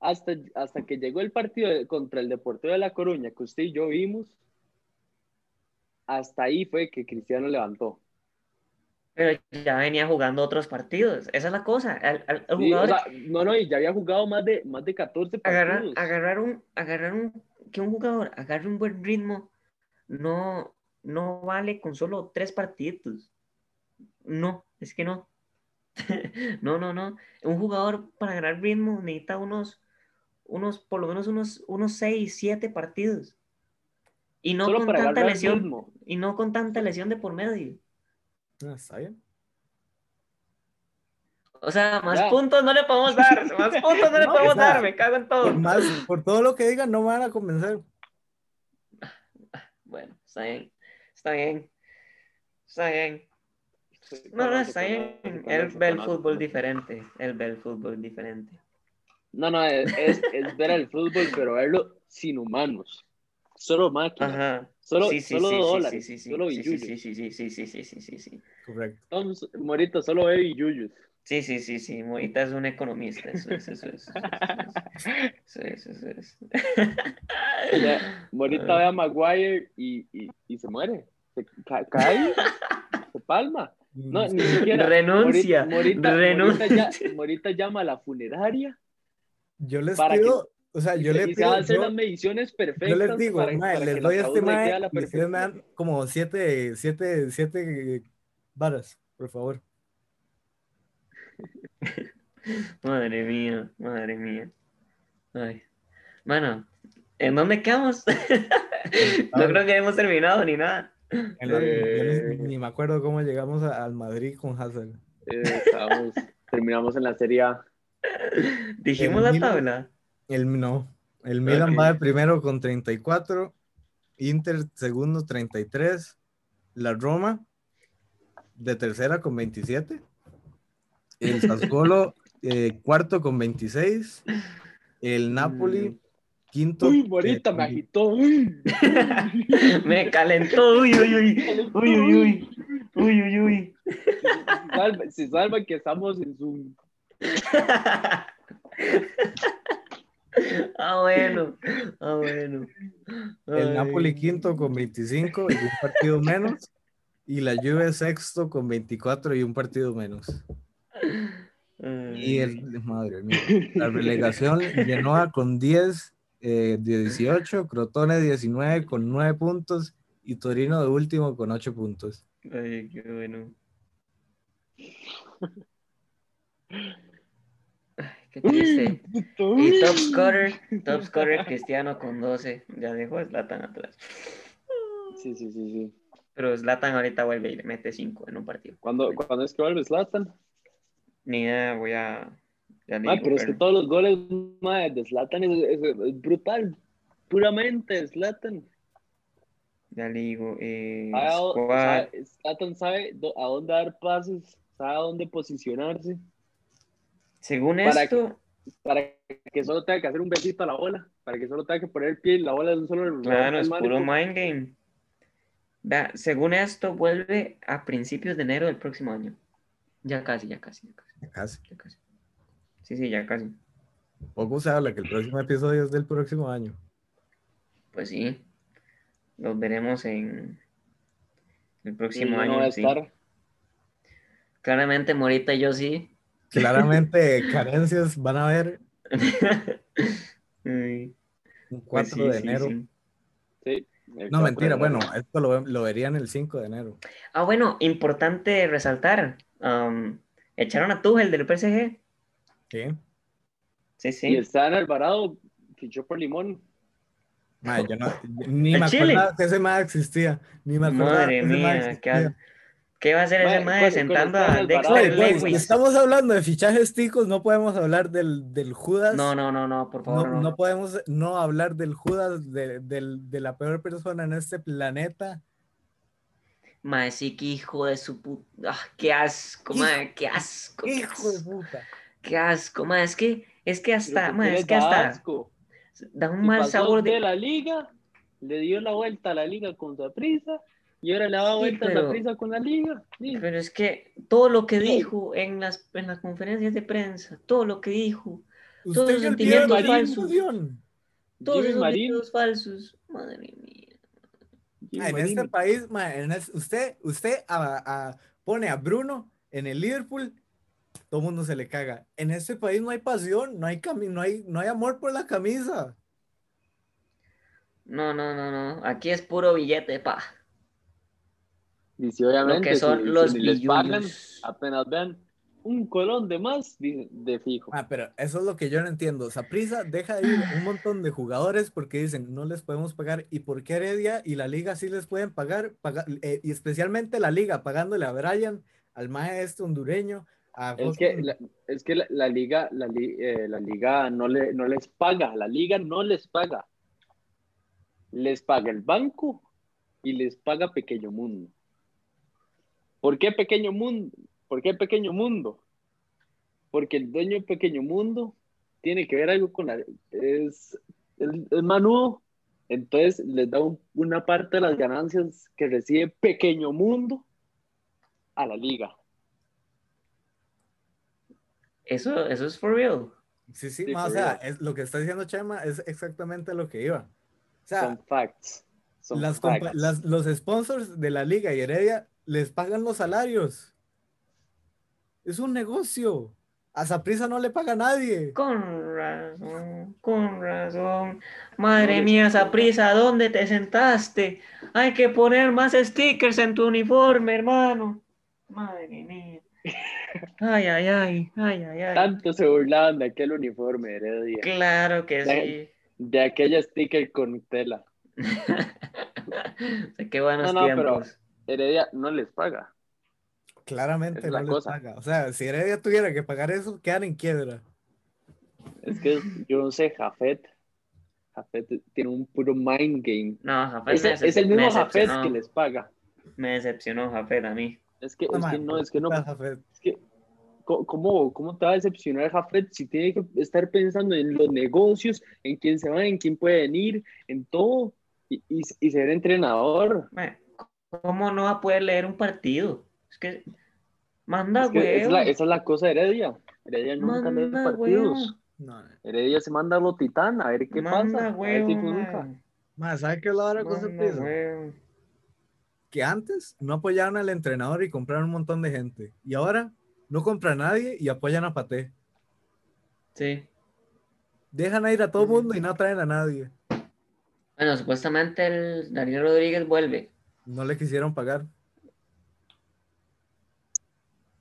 Speaker 3: Hasta, hasta que llegó el partido de- contra el Deportivo de La Coruña, que usted y yo vimos, hasta ahí fue que Cristiano levantó.
Speaker 2: Pero ya venía jugando otros partidos. Esa es la cosa. Al, al- al
Speaker 3: Sí,
Speaker 2: jugador
Speaker 3: o sea, no, no, y ya había jugado más de, más de 14
Speaker 2: agarrar,
Speaker 3: partidos.
Speaker 2: agarrar un, agarrar un, que un jugador agarre un buen ritmo, no, no vale con solo tres partiditos. No, es que no. No, no, no. Un jugador para ganar ritmo necesita unos, unos por lo menos unos, unos 6, 7 partidos. Y no
Speaker 3: Solo
Speaker 2: con
Speaker 3: para
Speaker 2: tanta
Speaker 3: agarrar
Speaker 2: lesión.
Speaker 3: ritmo.
Speaker 2: Y no con tanta lesión de por medio.
Speaker 1: Ah, Está bien.
Speaker 2: O sea, más
Speaker 3: Ya.
Speaker 2: puntos no le podemos dar. Más puntos no le
Speaker 1: No,
Speaker 2: podemos
Speaker 1: o sea,
Speaker 2: dar. Me cago en
Speaker 1: Por,
Speaker 2: todo.
Speaker 1: más, por todo lo que digan, no me van a convencer.
Speaker 2: Bueno, está bien. Está bien. Está bien.
Speaker 3: Sí,
Speaker 2: No, no,
Speaker 3: conozco,
Speaker 2: está bien.
Speaker 3: conozco,
Speaker 2: Él
Speaker 3: conozco,
Speaker 2: ve el
Speaker 3: conozco.
Speaker 2: fútbol diferente. Él ve el fútbol diferente.
Speaker 3: No, no, es, es- es ver el fútbol, pero verlo sin humanos. Solo máquinas.
Speaker 2: Ajá.
Speaker 3: Solo,
Speaker 2: Sí, sí,
Speaker 3: solo
Speaker 2: sí, sí,
Speaker 3: dólares.
Speaker 2: sí, sí, sí,
Speaker 3: solo
Speaker 2: sí, sí,
Speaker 3: billuyos.
Speaker 2: sí, sí, sí, sí, sí, sí, sí, sí.
Speaker 1: Correcto.
Speaker 3: Tom Morito solo ve billuyos.
Speaker 2: Sí, sí, sí, sí, Morita es un economista, eso es, eso es, eso es, eso es, eso es, eso es.
Speaker 3: Ya, Morita ve a Maguire y, y, y se muere. Se ca- cae, se palma. No,
Speaker 1: Mm,
Speaker 3: ni siquiera.
Speaker 2: Renuncia,
Speaker 3: Mori- Morita,
Speaker 2: renuncia.
Speaker 3: Morita ya- Morita llama a la funeraria
Speaker 1: Yo les
Speaker 3: para
Speaker 1: pido, o sea, yo
Speaker 3: y
Speaker 1: les
Speaker 3: se
Speaker 1: pido,
Speaker 3: hace
Speaker 1: yo-
Speaker 3: las mediciones perfectas.
Speaker 1: Yo les digo,
Speaker 3: para-
Speaker 1: mae,
Speaker 3: para que
Speaker 1: les
Speaker 3: el
Speaker 1: doy a este
Speaker 3: ataúd le quede
Speaker 1: mae
Speaker 3: a la
Speaker 1: y ustedes me
Speaker 3: perfección.
Speaker 1: dan como siete, siete, siete varas, por favor.
Speaker 2: Madre mía, madre mía. Ay. Bueno, ¿en dónde quedamos?
Speaker 1: Ah.
Speaker 2: No creo que hemos terminado ni nada.
Speaker 1: En la-
Speaker 3: Eh.
Speaker 1: yo ni, ni me acuerdo cómo llegamos a- al Madrid con Hazard.
Speaker 3: Eh, estábamos- terminamos en la serie A.
Speaker 2: Dijimos la
Speaker 1: Termino.
Speaker 2: tabla.
Speaker 1: El, no, el Milan
Speaker 2: Ok.
Speaker 1: va de primero con 34, Inter segundo 33, la Roma de tercera con 27, el Sassuolo eh, cuarto con 26,
Speaker 2: Mm.
Speaker 1: el Napoli quinto.
Speaker 3: Uy, Morita
Speaker 1: eh,
Speaker 3: me agitó. uy.
Speaker 2: Me calentó, uy, uy, uy, uy, uy, uy, uy, uy, uy.
Speaker 3: Salva- se salva que estamos en Zoom.
Speaker 2: Ah, bueno, ah, bueno.
Speaker 1: El
Speaker 2: Ay.
Speaker 1: Napoli quinto con 25 y un partido menos. Y la Juve sexto con 24 y un partido menos.
Speaker 2: Ay.
Speaker 1: Y el, madre mía, la relegación Genoa con 10, eh, 18, Crotone 19 con 9 puntos y Torino de último con 8 puntos.
Speaker 2: Ay, qué bueno. Ay, qué triste. Y top scorer, top scorer Cristiano con 12. Ya dejó a Zlatan atrás.
Speaker 3: Sí, sí, sí, sí.
Speaker 2: Pero Zlatan ahorita vuelve y le mete 5 en un partido.
Speaker 3: Cuando, cuando es que vuelve Zlatan.
Speaker 2: Ni idea, voy a. Ya le
Speaker 3: Ah,
Speaker 2: digo,
Speaker 3: pero es que
Speaker 2: pero-
Speaker 3: todos los goles mae, de Zlatan es, es- es brutal. Puramente Zlatan.
Speaker 2: Ya le digo. Eh,
Speaker 3: Sabe a dó-
Speaker 2: squad.
Speaker 3: sabe- Zlatan sabe do- a dónde dar pases, sabe a dónde posicionarse
Speaker 2: Según
Speaker 3: para-
Speaker 2: esto.
Speaker 3: para que solo tenga que hacer un besito a la bola, para que solo tenga que poner el pie y la bola de un solo
Speaker 2: Claro, es puro
Speaker 3: man.
Speaker 2: mind game. Vea, según esto, vuelve a principios de enero del próximo año. Ya casi, ya casi, ya casi,
Speaker 1: Casi.
Speaker 2: ya casi. Sí, sí, ya casi.
Speaker 1: Poco se habla que el próximo episodio es del próximo año.
Speaker 2: Pues sí. Los veremos en el
Speaker 3: Sí,
Speaker 2: próximo
Speaker 3: no
Speaker 2: año.
Speaker 3: va a
Speaker 2: sí.
Speaker 3: estar.
Speaker 2: Claramente, Morita y yo sí.
Speaker 1: Claramente, carencias van a haber
Speaker 2: Ay,
Speaker 1: un
Speaker 2: pues
Speaker 1: 4
Speaker 2: sí,
Speaker 1: de
Speaker 2: sí,
Speaker 1: enero.
Speaker 2: sí.
Speaker 3: Sí,
Speaker 1: No, mentira, bueno, esto lo, ve- lo verían el 5 de enero.
Speaker 2: Ah, bueno, importante resaltar. am, echaron a Tuchel del PSG.
Speaker 1: ¿Sí?
Speaker 2: Sí,
Speaker 3: Y
Speaker 2: sí.
Speaker 3: está en Alvarado, fichó por Limón.
Speaker 1: Mae, yo no- ni
Speaker 2: ¿El
Speaker 1: me
Speaker 2: Chile?
Speaker 1: acordaba que ese mae existía. Ni me acordaba que
Speaker 2: Madre
Speaker 1: ese mae
Speaker 2: mía, ¿qué, ha-
Speaker 1: existía.
Speaker 2: qué va a hacer ese
Speaker 3: Mae,
Speaker 2: mae
Speaker 3: con-
Speaker 2: sentando a
Speaker 3: con el Tano
Speaker 1: Oye,
Speaker 2: Dexter
Speaker 3: Alvarado,
Speaker 1: güey,
Speaker 2: Lewis?
Speaker 1: Pues, estamos hablando de fichajes ticos, no podemos hablar del, del Judas.
Speaker 2: No, no, no, no, por
Speaker 1: No,
Speaker 2: favor, no.
Speaker 1: no podemos no hablar del Judas, de, del- de la peor persona en este planeta.
Speaker 2: Mae, sí, qué hijo de su puta. qué asco, mae, qué asco. Qué
Speaker 1: Hijo de
Speaker 2: asco,
Speaker 1: puta.
Speaker 2: qué asco, mae, es que, es que hasta,
Speaker 3: Lo
Speaker 2: mae,
Speaker 3: tiene
Speaker 2: es que hasta
Speaker 3: Tabasco.
Speaker 2: da un
Speaker 3: Y
Speaker 2: mal
Speaker 3: pasó
Speaker 2: sabor
Speaker 3: de
Speaker 2: de.
Speaker 3: la liga, le dio la vuelta a la liga con prisa y ahora le da
Speaker 2: Sí,
Speaker 3: vuelta a
Speaker 2: pero-
Speaker 3: la prisa con la liga. Sí.
Speaker 2: Pero es que todo lo que
Speaker 3: Sí.
Speaker 2: dijo en las, en las conferencias de prensa, todo lo que dijo, Todos
Speaker 1: Usted
Speaker 2: los
Speaker 1: se olvidó
Speaker 2: sentimientos
Speaker 1: de la
Speaker 2: falsos.
Speaker 1: inclusión.
Speaker 2: todos
Speaker 3: Jimmy
Speaker 2: esos
Speaker 3: Marín,
Speaker 2: videos falsos, madre mía.
Speaker 3: Jimmy
Speaker 1: Ah, En
Speaker 3: Marín.
Speaker 1: este país, mae, en es- usted, usted a- a- pone a Bruno en el Liverpool, todo mundo se le caga. En este país no hay pasión, no hay, cami- no hay, no hay amor por la camisa.
Speaker 2: No, no, no, no. Aquí es puro billete, pa.
Speaker 3: Y si
Speaker 2: Lo
Speaker 3: obviamente
Speaker 2: que son
Speaker 3: si-
Speaker 2: los
Speaker 3: si les pagan,
Speaker 2: billullos.
Speaker 3: apenas vean, un colón de más de, de fijo.
Speaker 1: Ah, pero eso es lo que yo no entiendo. Saprisa deja de ir un montón de jugadores porque dicen no les podemos pagar. ¿Y por qué Heredia y la liga sí les pueden pagar? Paga- eh, y especialmente la liga, pagándole a Brian, al maestro hondureño. A
Speaker 3: Es
Speaker 1: fucking-
Speaker 3: que, la, es que la, la liga, la, li- eh, la liga no, le, no les paga, la liga no les paga. Les paga el banco y les paga Pequeño Mundo. ¿Por qué Pequeño Mundo? ¿Por qué Pequeño Mundo? Porque el dueño de Pequeño Mundo tiene que ver algo con la... Es el, el manudo, entonces les da un- una parte de las ganancias que recibe Pequeño Mundo a la liga.
Speaker 2: Eso, eso es for real.
Speaker 1: Sí, sí,
Speaker 3: Sí,
Speaker 1: ma, o
Speaker 3: por
Speaker 1: sea,
Speaker 3: real.
Speaker 1: es, lo que está diciendo Chema es exactamente lo que iba. O sea,
Speaker 3: Son facts. Son
Speaker 1: las compa-
Speaker 3: facts.
Speaker 1: las- los sponsors de la liga y Heredia les pagan los salarios. Es un negocio. A Saprisa no le paga nadie.
Speaker 2: Con razón, con razón. Madre
Speaker 3: No,
Speaker 2: mía,
Speaker 3: disculpa.
Speaker 2: esa prisa, ¿dónde te sentaste? Hay que poner más stickers en tu uniforme, hermano. Madre mía. Ay, ay, ay, ay, ay, ay.
Speaker 3: Tanto se burlaban de aquel uniforme de Heredia,
Speaker 2: Claro que
Speaker 3: La-
Speaker 2: sí.
Speaker 3: de aquella sticker con tela.
Speaker 2: O sea, Qué buenos
Speaker 3: No, no, pero-
Speaker 2: tiempos.
Speaker 3: Heredia no les paga.
Speaker 1: Claramente
Speaker 3: Es
Speaker 1: no
Speaker 3: la
Speaker 1: les
Speaker 3: cosa.
Speaker 1: paga. O sea, si Heredia tuviera que pagar eso, quedan en quiebra.
Speaker 3: Es que yo no sé, Jafet. Jafet tiene un puro mind game.
Speaker 2: No, Jafet
Speaker 3: Es,
Speaker 2: me
Speaker 3: es el
Speaker 2: decep- me
Speaker 3: mismo Jafet
Speaker 2: decepcionó.
Speaker 3: que les paga.
Speaker 2: Me decepcionó Jafet a mí.
Speaker 3: Es que, es
Speaker 1: Toma,
Speaker 3: que no, es que no.
Speaker 1: puta, Jafet.
Speaker 3: Es que, co- ¿cómo, ¿Cómo te va a decepcionar Jafet si tiene que estar pensando en los negocios, en quién se va, en quién puede venir, en todo? Y, y, y ser entrenador.
Speaker 2: Mae, ¿Cómo no va a poder leer un partido? Es que. Manda,
Speaker 3: Es que
Speaker 2: güey.
Speaker 3: es la- esa es la cosa de Heredia. Heredia nunca lee
Speaker 2: Manda,
Speaker 3: partidos.
Speaker 2: huevo.
Speaker 1: No, no.
Speaker 3: Heredia se manda a lo titán a ver qué
Speaker 2: Manda,
Speaker 3: pasa. a ver
Speaker 2: huevo,
Speaker 3: si nunca.
Speaker 2: mae.
Speaker 1: Ma, ¿sabe qué es la hora con
Speaker 2: Manda,
Speaker 1: Saprissa?
Speaker 2: huevo.
Speaker 1: Que antes no apoyaban al entrenador y compraron un montón de gente. Y ahora no compra a nadie y apoyan a Paté.
Speaker 2: Sí.
Speaker 1: Dejan a ir a todo
Speaker 2: Ujú.
Speaker 1: mundo y no traen a nadie.
Speaker 2: Bueno, supuestamente el Daniel Rodríguez vuelve.
Speaker 1: No le quisieron pagar.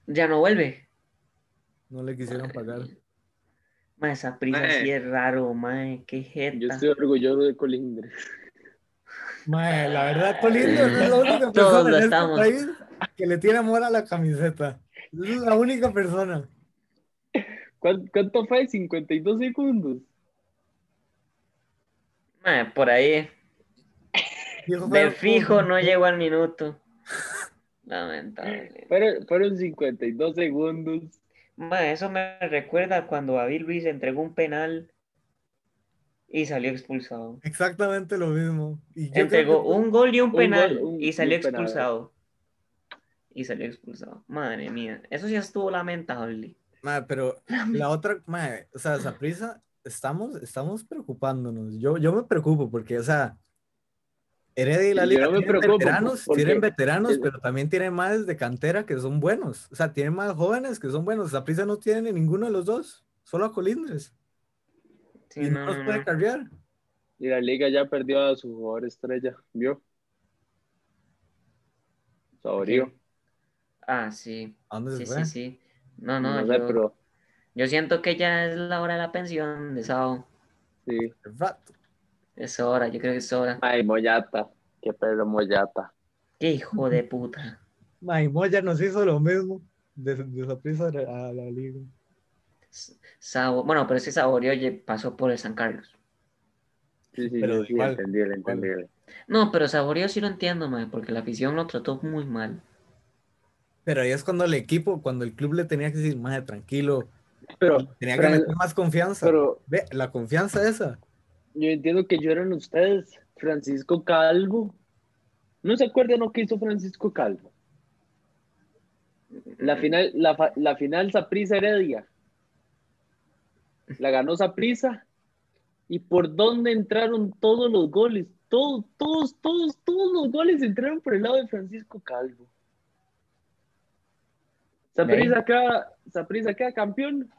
Speaker 2: Ya no vuelve.
Speaker 1: No le quisieron pagar.
Speaker 2: Mae, esa prisa
Speaker 3: Mae.
Speaker 2: sí es raro, mae. Qué jeta.
Speaker 3: Yo estoy orgulloso de Colindres.
Speaker 1: Mae, la verdad, Colindo es la única
Speaker 2: Todos lo
Speaker 1: persona en este
Speaker 2: estamos.
Speaker 1: país que le tiene amor a la camiseta. Es la única persona.
Speaker 3: ¿Cuán- ¿Cuánto fue? 52 segundos.
Speaker 2: Mae, por ahí.
Speaker 1: Dijo,
Speaker 2: De
Speaker 1: "Fue-
Speaker 2: fijo no llegó al minuto. Lamentable.
Speaker 3: Fueron, fueron 52 segundos.
Speaker 2: Mae, eso me recuerda cuando David Luis entregó un penal y salió expulsado.
Speaker 1: Exactamente lo mismo. Y yo
Speaker 2: Entregó
Speaker 1: creo que-
Speaker 2: un gol y un
Speaker 3: un
Speaker 2: penal
Speaker 3: gol, un-
Speaker 2: y salió
Speaker 3: un penal.
Speaker 2: expulsado. Y salió expulsado. Madre mía. Eso sí estuvo lamentable.
Speaker 1: Mae, pero la otra, mae, o sea, esa prisa, estamos, estamos preocupándonos. Yo, yo me preocupo porque, o sea, Heredia y la
Speaker 3: Yo
Speaker 1: Liga
Speaker 3: no me
Speaker 1: tienen
Speaker 3: preocupo,
Speaker 1: veteranos,
Speaker 3: porque-
Speaker 1: tienen veteranos,
Speaker 3: es-
Speaker 1: pero también tienen más de cantera que son buenos. O sea, tienen más jóvenes que son buenos. Esa prisa no tiene ni ninguno de los dos, solo a Colindres.
Speaker 2: Sí,
Speaker 1: y no,
Speaker 2: no,
Speaker 1: los
Speaker 2: no,
Speaker 1: puede
Speaker 2: no.
Speaker 1: cargar.
Speaker 3: Y la liga ya perdió a su jugador estrella. ¿Vio? Saborío.
Speaker 2: Ah, sí.
Speaker 1: ¿A dónde se
Speaker 2: Sí,
Speaker 1: Pues fue?
Speaker 2: sí, sí. No,
Speaker 3: No,
Speaker 2: no,
Speaker 3: sé,
Speaker 2: yo,
Speaker 3: pero
Speaker 2: yo siento que ya es la hora de la pensión de Sao.
Speaker 3: sí.
Speaker 1: El rato.
Speaker 2: Es hora, yo creo que es hora.
Speaker 3: Ay, Moyata. Qué perro Moyata.
Speaker 2: Qué hijo de puta.
Speaker 1: Maimoya nos hizo lo mismo de, de Saprissa a la- a la liga.
Speaker 2: Sabo- Bueno, pero ese Saborío ye- pasó por el San Carlos.
Speaker 3: Sí, sí,
Speaker 1: Pero
Speaker 3: sí, sí,
Speaker 1: igual,
Speaker 3: entendible, entendible.
Speaker 2: No, pero Saborío sí lo entiendo, mae, porque la afición lo trató muy mal.
Speaker 1: Pero ahí es cuando el equipo, cuando el club le tenía que decir, más tranquilo,
Speaker 3: Pero,
Speaker 1: tenía que
Speaker 3: Pero-
Speaker 1: meter más confianza.
Speaker 3: pero
Speaker 1: Ve, la confianza esa.
Speaker 3: Yo entiendo que lloran ustedes, Francisco Calvo. ¿No se acuerdan lo que hizo Francisco Calvo? La final, la, fa- la final Saprisa Heredia. La ganó Saprisa. ¿Y por dónde entraron todos los goles? Todos, todos, todos, todos los goles entraron por el lado de Francisco Calvo. Saprisa queda, Saprissa queda campeón.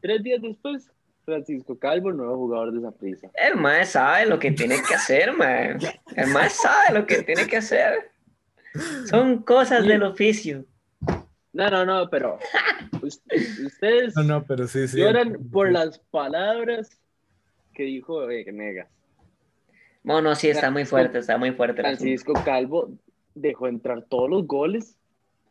Speaker 3: Tres días después, Francisco Calvo, nuevo jugador de Saprisa.
Speaker 2: El mae sabe lo que tiene que hacer, mae. El mae sabe lo que tiene que hacer. Son cosas del oficio.
Speaker 3: No, no, no, pero us- eh, ustedes
Speaker 1: No, no, pero sí, sí.
Speaker 3: lloran por las palabras que dijo Venegas.
Speaker 2: No, no, sí, está muy fuerte, está muy fuerte. el asunto.
Speaker 3: Francisco Calvo dejó entrar todos los goles.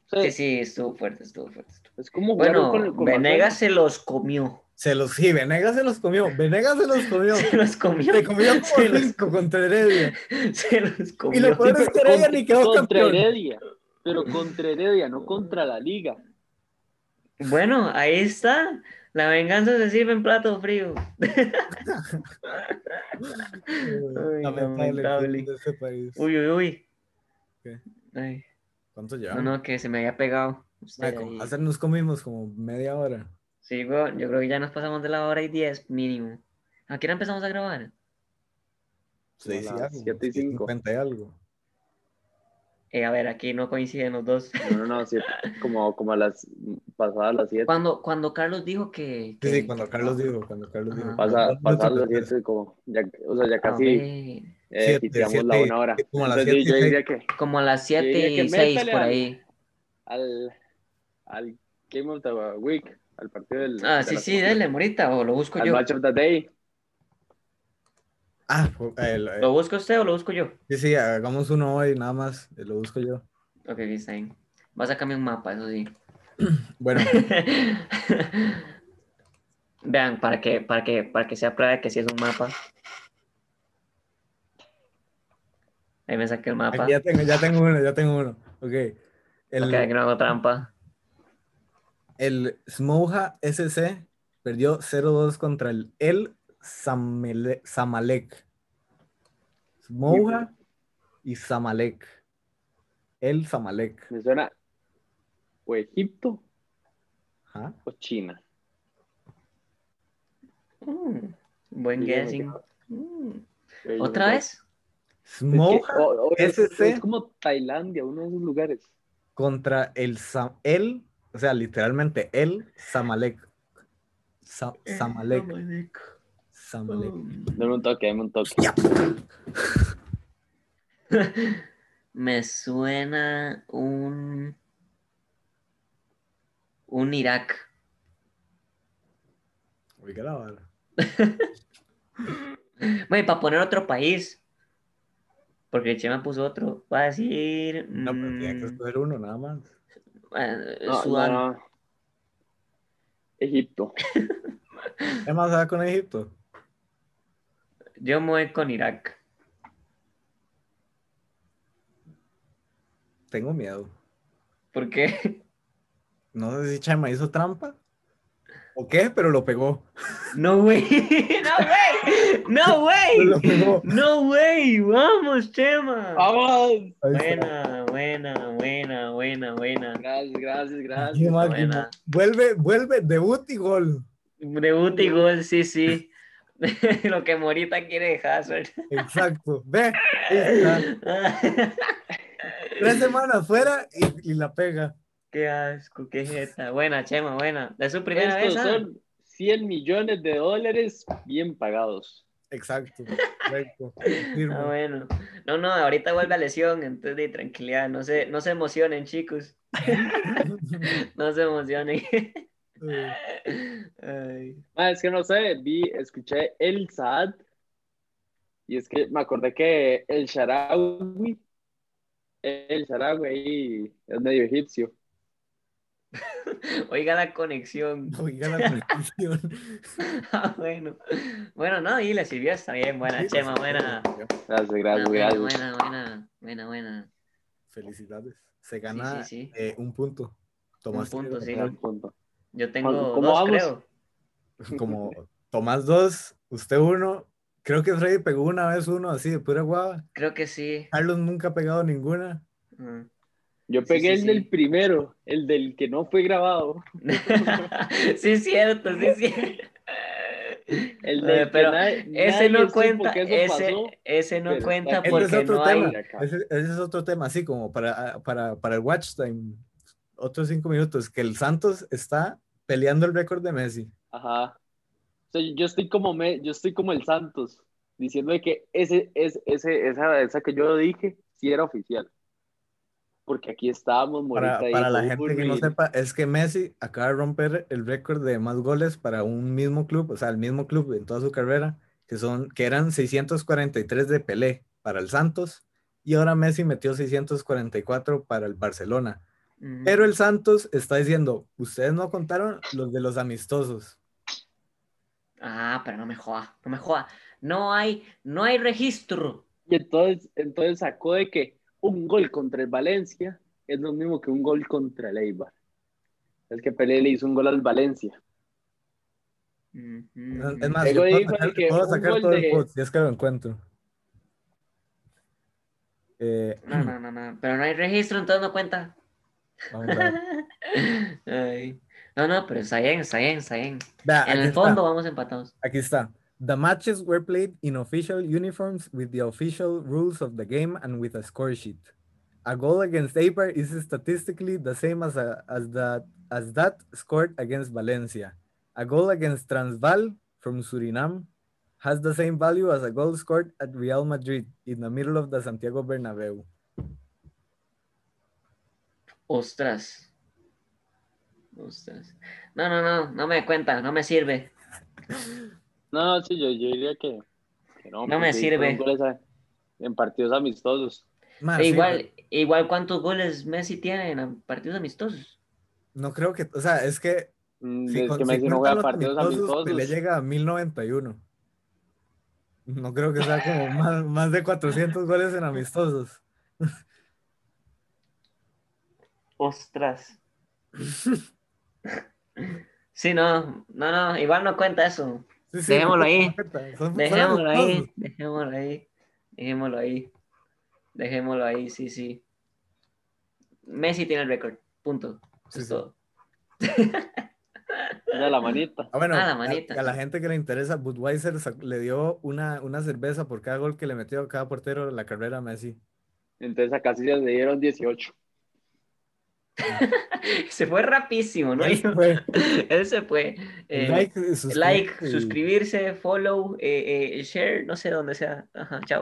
Speaker 3: O sea,
Speaker 2: Sí, sí, estuvo fuerte, estuvo fuerte. estuvo-
Speaker 3: Es como jugar
Speaker 2: Bueno,
Speaker 3: eh. con el con
Speaker 2: Venegas se los comió.
Speaker 1: Se los, sí, Venegas se los comió. Venegas se los comió.
Speaker 2: Se los comió.
Speaker 1: Se comió por
Speaker 2: Se los,
Speaker 1: cinco contra Heredia.
Speaker 2: se los comió.
Speaker 1: Y lo peor es que Heredia
Speaker 3: Con-
Speaker 1: ni quedó
Speaker 3: contra
Speaker 1: campeón.
Speaker 3: Heredia, pero contra Heredia, no contra la liga.
Speaker 2: Bueno, ahí está. La venganza se sirve en plato frío. Ay,
Speaker 1: Lamentable
Speaker 2: lamentable.
Speaker 1: el fútbol de este país.
Speaker 2: Uy, uy, uy.
Speaker 1: ¿Qué?
Speaker 2: Ay,
Speaker 1: ¿Cuánto
Speaker 2: no,
Speaker 1: llevamos?
Speaker 2: no, que se me había pegado. Usted
Speaker 1: Mae, como-
Speaker 2: ahí.
Speaker 1: hace nos comimos como media hora.
Speaker 2: Sí, weón, yo creo que ya nos pasamos de la hora y diez mínimo. ¿A qué hora empezamos a grabar?
Speaker 1: Seis y
Speaker 3: las
Speaker 1: algo,
Speaker 3: siete y
Speaker 1: siete
Speaker 3: cinco.
Speaker 1: cincuenta y algo.
Speaker 2: Eh, a ver, aquí no coinciden los dos.
Speaker 3: No, no, no, sí, como, como a las pasadas las 7.
Speaker 2: Cuando, cuando Carlos dijo que...
Speaker 1: Sí,
Speaker 2: que-
Speaker 1: sí, cuando
Speaker 2: que-
Speaker 1: Carlos dijo, cuando Carlos dijo.
Speaker 2: Ah. Ajá.
Speaker 3: Pasadas
Speaker 1: Dos minutos
Speaker 3: las
Speaker 1: después.
Speaker 3: 7, como ya, o sea, ya
Speaker 2: A
Speaker 3: casi
Speaker 2: ver,
Speaker 3: eh,
Speaker 1: Siete,
Speaker 3: quitamos la
Speaker 1: siete,
Speaker 3: una hora.
Speaker 1: como a las
Speaker 3: Entonces,
Speaker 1: siete
Speaker 3: yo
Speaker 1: y
Speaker 3: diría que
Speaker 2: Como a las 7
Speaker 3: diría que
Speaker 2: y 6
Speaker 3: métale
Speaker 2: por
Speaker 3: al-
Speaker 2: ahí.
Speaker 3: al, al Game of the Week, al partido del.
Speaker 2: Ah,
Speaker 3: de
Speaker 2: sí,
Speaker 3: la
Speaker 2: sí,
Speaker 3: semana,
Speaker 2: dale, morita, o lo busco
Speaker 3: Al
Speaker 2: yo.
Speaker 3: match of the day.
Speaker 1: Ah, fu- eh, lo- eh,
Speaker 2: ¿Lo busca usted o lo busco yo?
Speaker 1: sí, sí, hagamos uno hoy nada más, eh, lo busco yo.
Speaker 2: Ok, está bien. Va a sacarme un mapa, eso sí.
Speaker 1: Bueno,
Speaker 2: Vean, para que, para que, para que sea prueba de que sí es un mapa. Ahí me saqué el mapa.
Speaker 1: aquí ya tengo, ya tengo uno, ya tengo uno. Ok. El,
Speaker 2: Ok, aquí no hago trampa.
Speaker 1: el Smouja SC perdió 0-2 contra el El Samele- Samalek. Smouja y Samalek. El Samalek.
Speaker 3: Me suena o Egipto
Speaker 1: Ajá.
Speaker 3: o China.
Speaker 2: Mm, buen
Speaker 3: Dígame
Speaker 2: guessing.
Speaker 3: qué
Speaker 2: Mm.
Speaker 3: Eh, yo
Speaker 2: ¿Otra
Speaker 3: no sé.
Speaker 2: vez?
Speaker 3: Es que, oh.
Speaker 1: Smouja
Speaker 3: o- o- es,
Speaker 1: SC.
Speaker 3: es como Tailandia, uno de esos lugares.
Speaker 1: contra el Sam, el, o sea, literalmente el Samalek. Sa- Samalek. Samalek.
Speaker 3: Dame un toque, dame un toque.
Speaker 2: Me suena un. Un Irak.
Speaker 1: Uy, qué la vara.
Speaker 2: Güey, para poner otro país. Porque el Chema puso otro. Va a decir.
Speaker 1: No, pero tenía que
Speaker 2: mm,
Speaker 1: escoger uno nada más.
Speaker 2: eh,
Speaker 3: No,
Speaker 2: Sudán.
Speaker 3: no, no. Egipto.
Speaker 1: ¿Qué más va con Egipto?
Speaker 2: Yo me voy con Irak.
Speaker 1: Tengo miedo.
Speaker 2: Porque.
Speaker 1: No sé si Chama hizo trampa o qué, pero lo pegó.
Speaker 2: No, güey. No, güey. No,
Speaker 1: Lo
Speaker 2: güey.
Speaker 1: pegó.
Speaker 2: No, güey. Vamos, Chema.
Speaker 3: ¡Vamos!
Speaker 1: Ahí está.
Speaker 2: Buena, buena, buena, buena, buena.
Speaker 3: Gracias, gracias,
Speaker 1: Qué
Speaker 3: gracias.
Speaker 1: máquina.
Speaker 2: buena.
Speaker 1: Vuelve, vuelve, debut y gol.
Speaker 2: Debut y gol, sí, sí. Lo que Morita quiere dejar.
Speaker 1: Exacto. Ve, ahí está. tres semanas fuera y, y la pega.
Speaker 2: Qué asco, qué jeta. Buena, Chema, buena. Es su primera
Speaker 3: Estos
Speaker 2: vez. ah?
Speaker 3: son 100 millones de dólares bien pagados.
Speaker 1: Exacto. Correcto. Firmo.
Speaker 2: Ah, bueno. No, no, ahorita vuelve a lesión, entonces de tranquilidad. No se, no se emocionen, chicos. Ah, No se emocionen.
Speaker 1: Eh,
Speaker 2: Ay.
Speaker 3: Ah, es que no sé, vi, escuché El Saad y es que me acordé que El Sharawi, El Sharawi ahí es medio egipcio.
Speaker 2: Oiga la conexión.
Speaker 1: Oiga la conexión.
Speaker 2: Ah, bueno. Bueno, no, y le sirvió, está bien. Buena, Chema, buena.
Speaker 3: Gracias, gracias,
Speaker 2: Buena, buena,
Speaker 3: gracias.
Speaker 2: buena, buena, buena, buena.
Speaker 1: Felicidades. Se gana
Speaker 2: Sí, sí, sí.
Speaker 1: eh, un punto. Tomás,
Speaker 2: Un punto,
Speaker 1: tres,
Speaker 2: sí.
Speaker 3: Gran punto.
Speaker 2: Yo tengo
Speaker 3: ¿Cómo- cómo
Speaker 2: dos,
Speaker 3: vamos?
Speaker 2: creo.
Speaker 1: Como Tomás dos, usted uno. Creo que Freddy pegó una vez uno así de pura guava.
Speaker 2: Creo que sí.
Speaker 1: Carlos nunca ha pegado ninguna.
Speaker 2: Mm.
Speaker 3: Yo
Speaker 2: Sí, sí,
Speaker 3: pegué el
Speaker 2: sí.
Speaker 3: del primero, el del que no fue grabado,
Speaker 2: sí, es cierto, sí, es cierto.
Speaker 3: el
Speaker 2: Eh,
Speaker 3: del
Speaker 2: pero
Speaker 3: que nadie-
Speaker 2: Ese
Speaker 3: nadie
Speaker 2: no
Speaker 3: supo
Speaker 2: cuenta,
Speaker 3: que eso
Speaker 2: ese,
Speaker 3: pasó.
Speaker 2: ese no
Speaker 3: pero
Speaker 2: cuenta
Speaker 3: está-
Speaker 1: Ese es
Speaker 2: porque
Speaker 1: otro
Speaker 2: no
Speaker 1: tema.
Speaker 2: hay.
Speaker 1: Ese, ese es otro tema, así como para, ah, para, para el watch time. Otros cinco minutos. Que el Santos está peleando el récord de Messi.
Speaker 3: Ajá. O sea, yo estoy como me, yo estoy como el Santos, diciendo de que ese, es ese, esa, esa que yo dije sí era oficial. porque aquí estábamos
Speaker 1: Para,
Speaker 3: Morita ahí,
Speaker 1: para la
Speaker 3: uy,
Speaker 1: gente que no sepa, es que Messi acaba de romper el récord de más goles para un mismo club, o sea, el mismo club en toda su carrera, que, son, que eran 643 de Pelé para el Santos, y ahora Messi metió 644 para el Barcelona.
Speaker 2: Ujú.
Speaker 1: Pero el Santos está diciendo, ustedes no contaron los de los amistosos.
Speaker 2: Ah, pero no me joda, no me joda. No hay, no hay registro.
Speaker 3: Y entonces, entonces sacó de que un gol contra el Valencia es lo mismo que un gol contra el Eibar. Es que Pelé le hizo un gol al Valencia.
Speaker 2: Ujú.
Speaker 1: Es más,
Speaker 3: Luego
Speaker 1: yo puedo
Speaker 3: dijo
Speaker 1: sacar,
Speaker 3: que
Speaker 1: puedo
Speaker 3: un
Speaker 1: sacar
Speaker 3: gol
Speaker 1: todo el
Speaker 3: de-
Speaker 1: quote, si es que lo encuentro. Eh,
Speaker 2: No, no, no, no, pero no hay registro, entonces no cuenta.
Speaker 1: vamos a ver.
Speaker 2: Ay. No, no, pero está bien, está bien, está bien.
Speaker 3: Ah,
Speaker 1: Vea,
Speaker 2: En
Speaker 1: aquí
Speaker 2: el
Speaker 1: está.
Speaker 2: fondo vamos empatados.
Speaker 1: Aquí está. The matches were played in official uniforms with the official rules of the game and with a score sheet. A goal against Eibar is statistically the same as, a, as, that, as that scored against Valencia. A goal against Transvaal from Suriname has the same value as a goal scored at Real Madrid in the middle of the Santiago Bernabeu.
Speaker 2: Ostras. Ostras. No, no, no, no me cuenta, no me sirve.
Speaker 3: No, sí, yo, yo diría que, que no.
Speaker 2: No me
Speaker 3: porque sí,
Speaker 2: sirve.
Speaker 3: fueron goles a- en partidos amistosos.
Speaker 1: Ma, Ah, sí, pues.
Speaker 2: E igual, igual cuántos goles Messi tiene en partidos amistosos.
Speaker 1: No creo que, o sea, es que
Speaker 3: Mm,
Speaker 1: si,
Speaker 3: es
Speaker 1: con-
Speaker 3: que
Speaker 1: si
Speaker 3: Messi no
Speaker 1: cuentan
Speaker 3: juega
Speaker 1: los
Speaker 3: partidos
Speaker 1: amistosos,
Speaker 3: amistosos.
Speaker 1: Pelé llega a 1091. No creo que sea como más, más de 400 goles en amistosos.
Speaker 2: Ostras. Sí, no, no, no, igual no cuenta eso.
Speaker 1: Sí,
Speaker 2: Dejémoslo ahí.
Speaker 1: no cuenta, son- son
Speaker 2: Dejémoslo
Speaker 1: amistosos.
Speaker 2: ahí, dejémoslo ahí, dejémoslo ahí, dejémoslo ahí, sí, sí. Messi tiene el récord, punto. Eso
Speaker 1: Sí,
Speaker 2: es
Speaker 1: sí.
Speaker 2: todo.
Speaker 3: Mira la manita.
Speaker 1: Ah, bueno,
Speaker 2: Ah, la
Speaker 1: a-
Speaker 2: manita,
Speaker 1: a, la
Speaker 2: sí.
Speaker 1: gente que le interesa, Budweiser sac- le dio una, una cerveza por cada gol que le metió a cada portero en la carrera a Messi.
Speaker 3: Entonces a Casillas le dieron 18.
Speaker 2: Se fue rapidísimo, ¿no?
Speaker 1: Ahí fue.
Speaker 2: Él se fue. Eh,
Speaker 1: like, suscríbete
Speaker 2: like,
Speaker 1: y-
Speaker 2: suscribirse, follow, eh, eh, share, no sé dónde sea. Ajá, chao.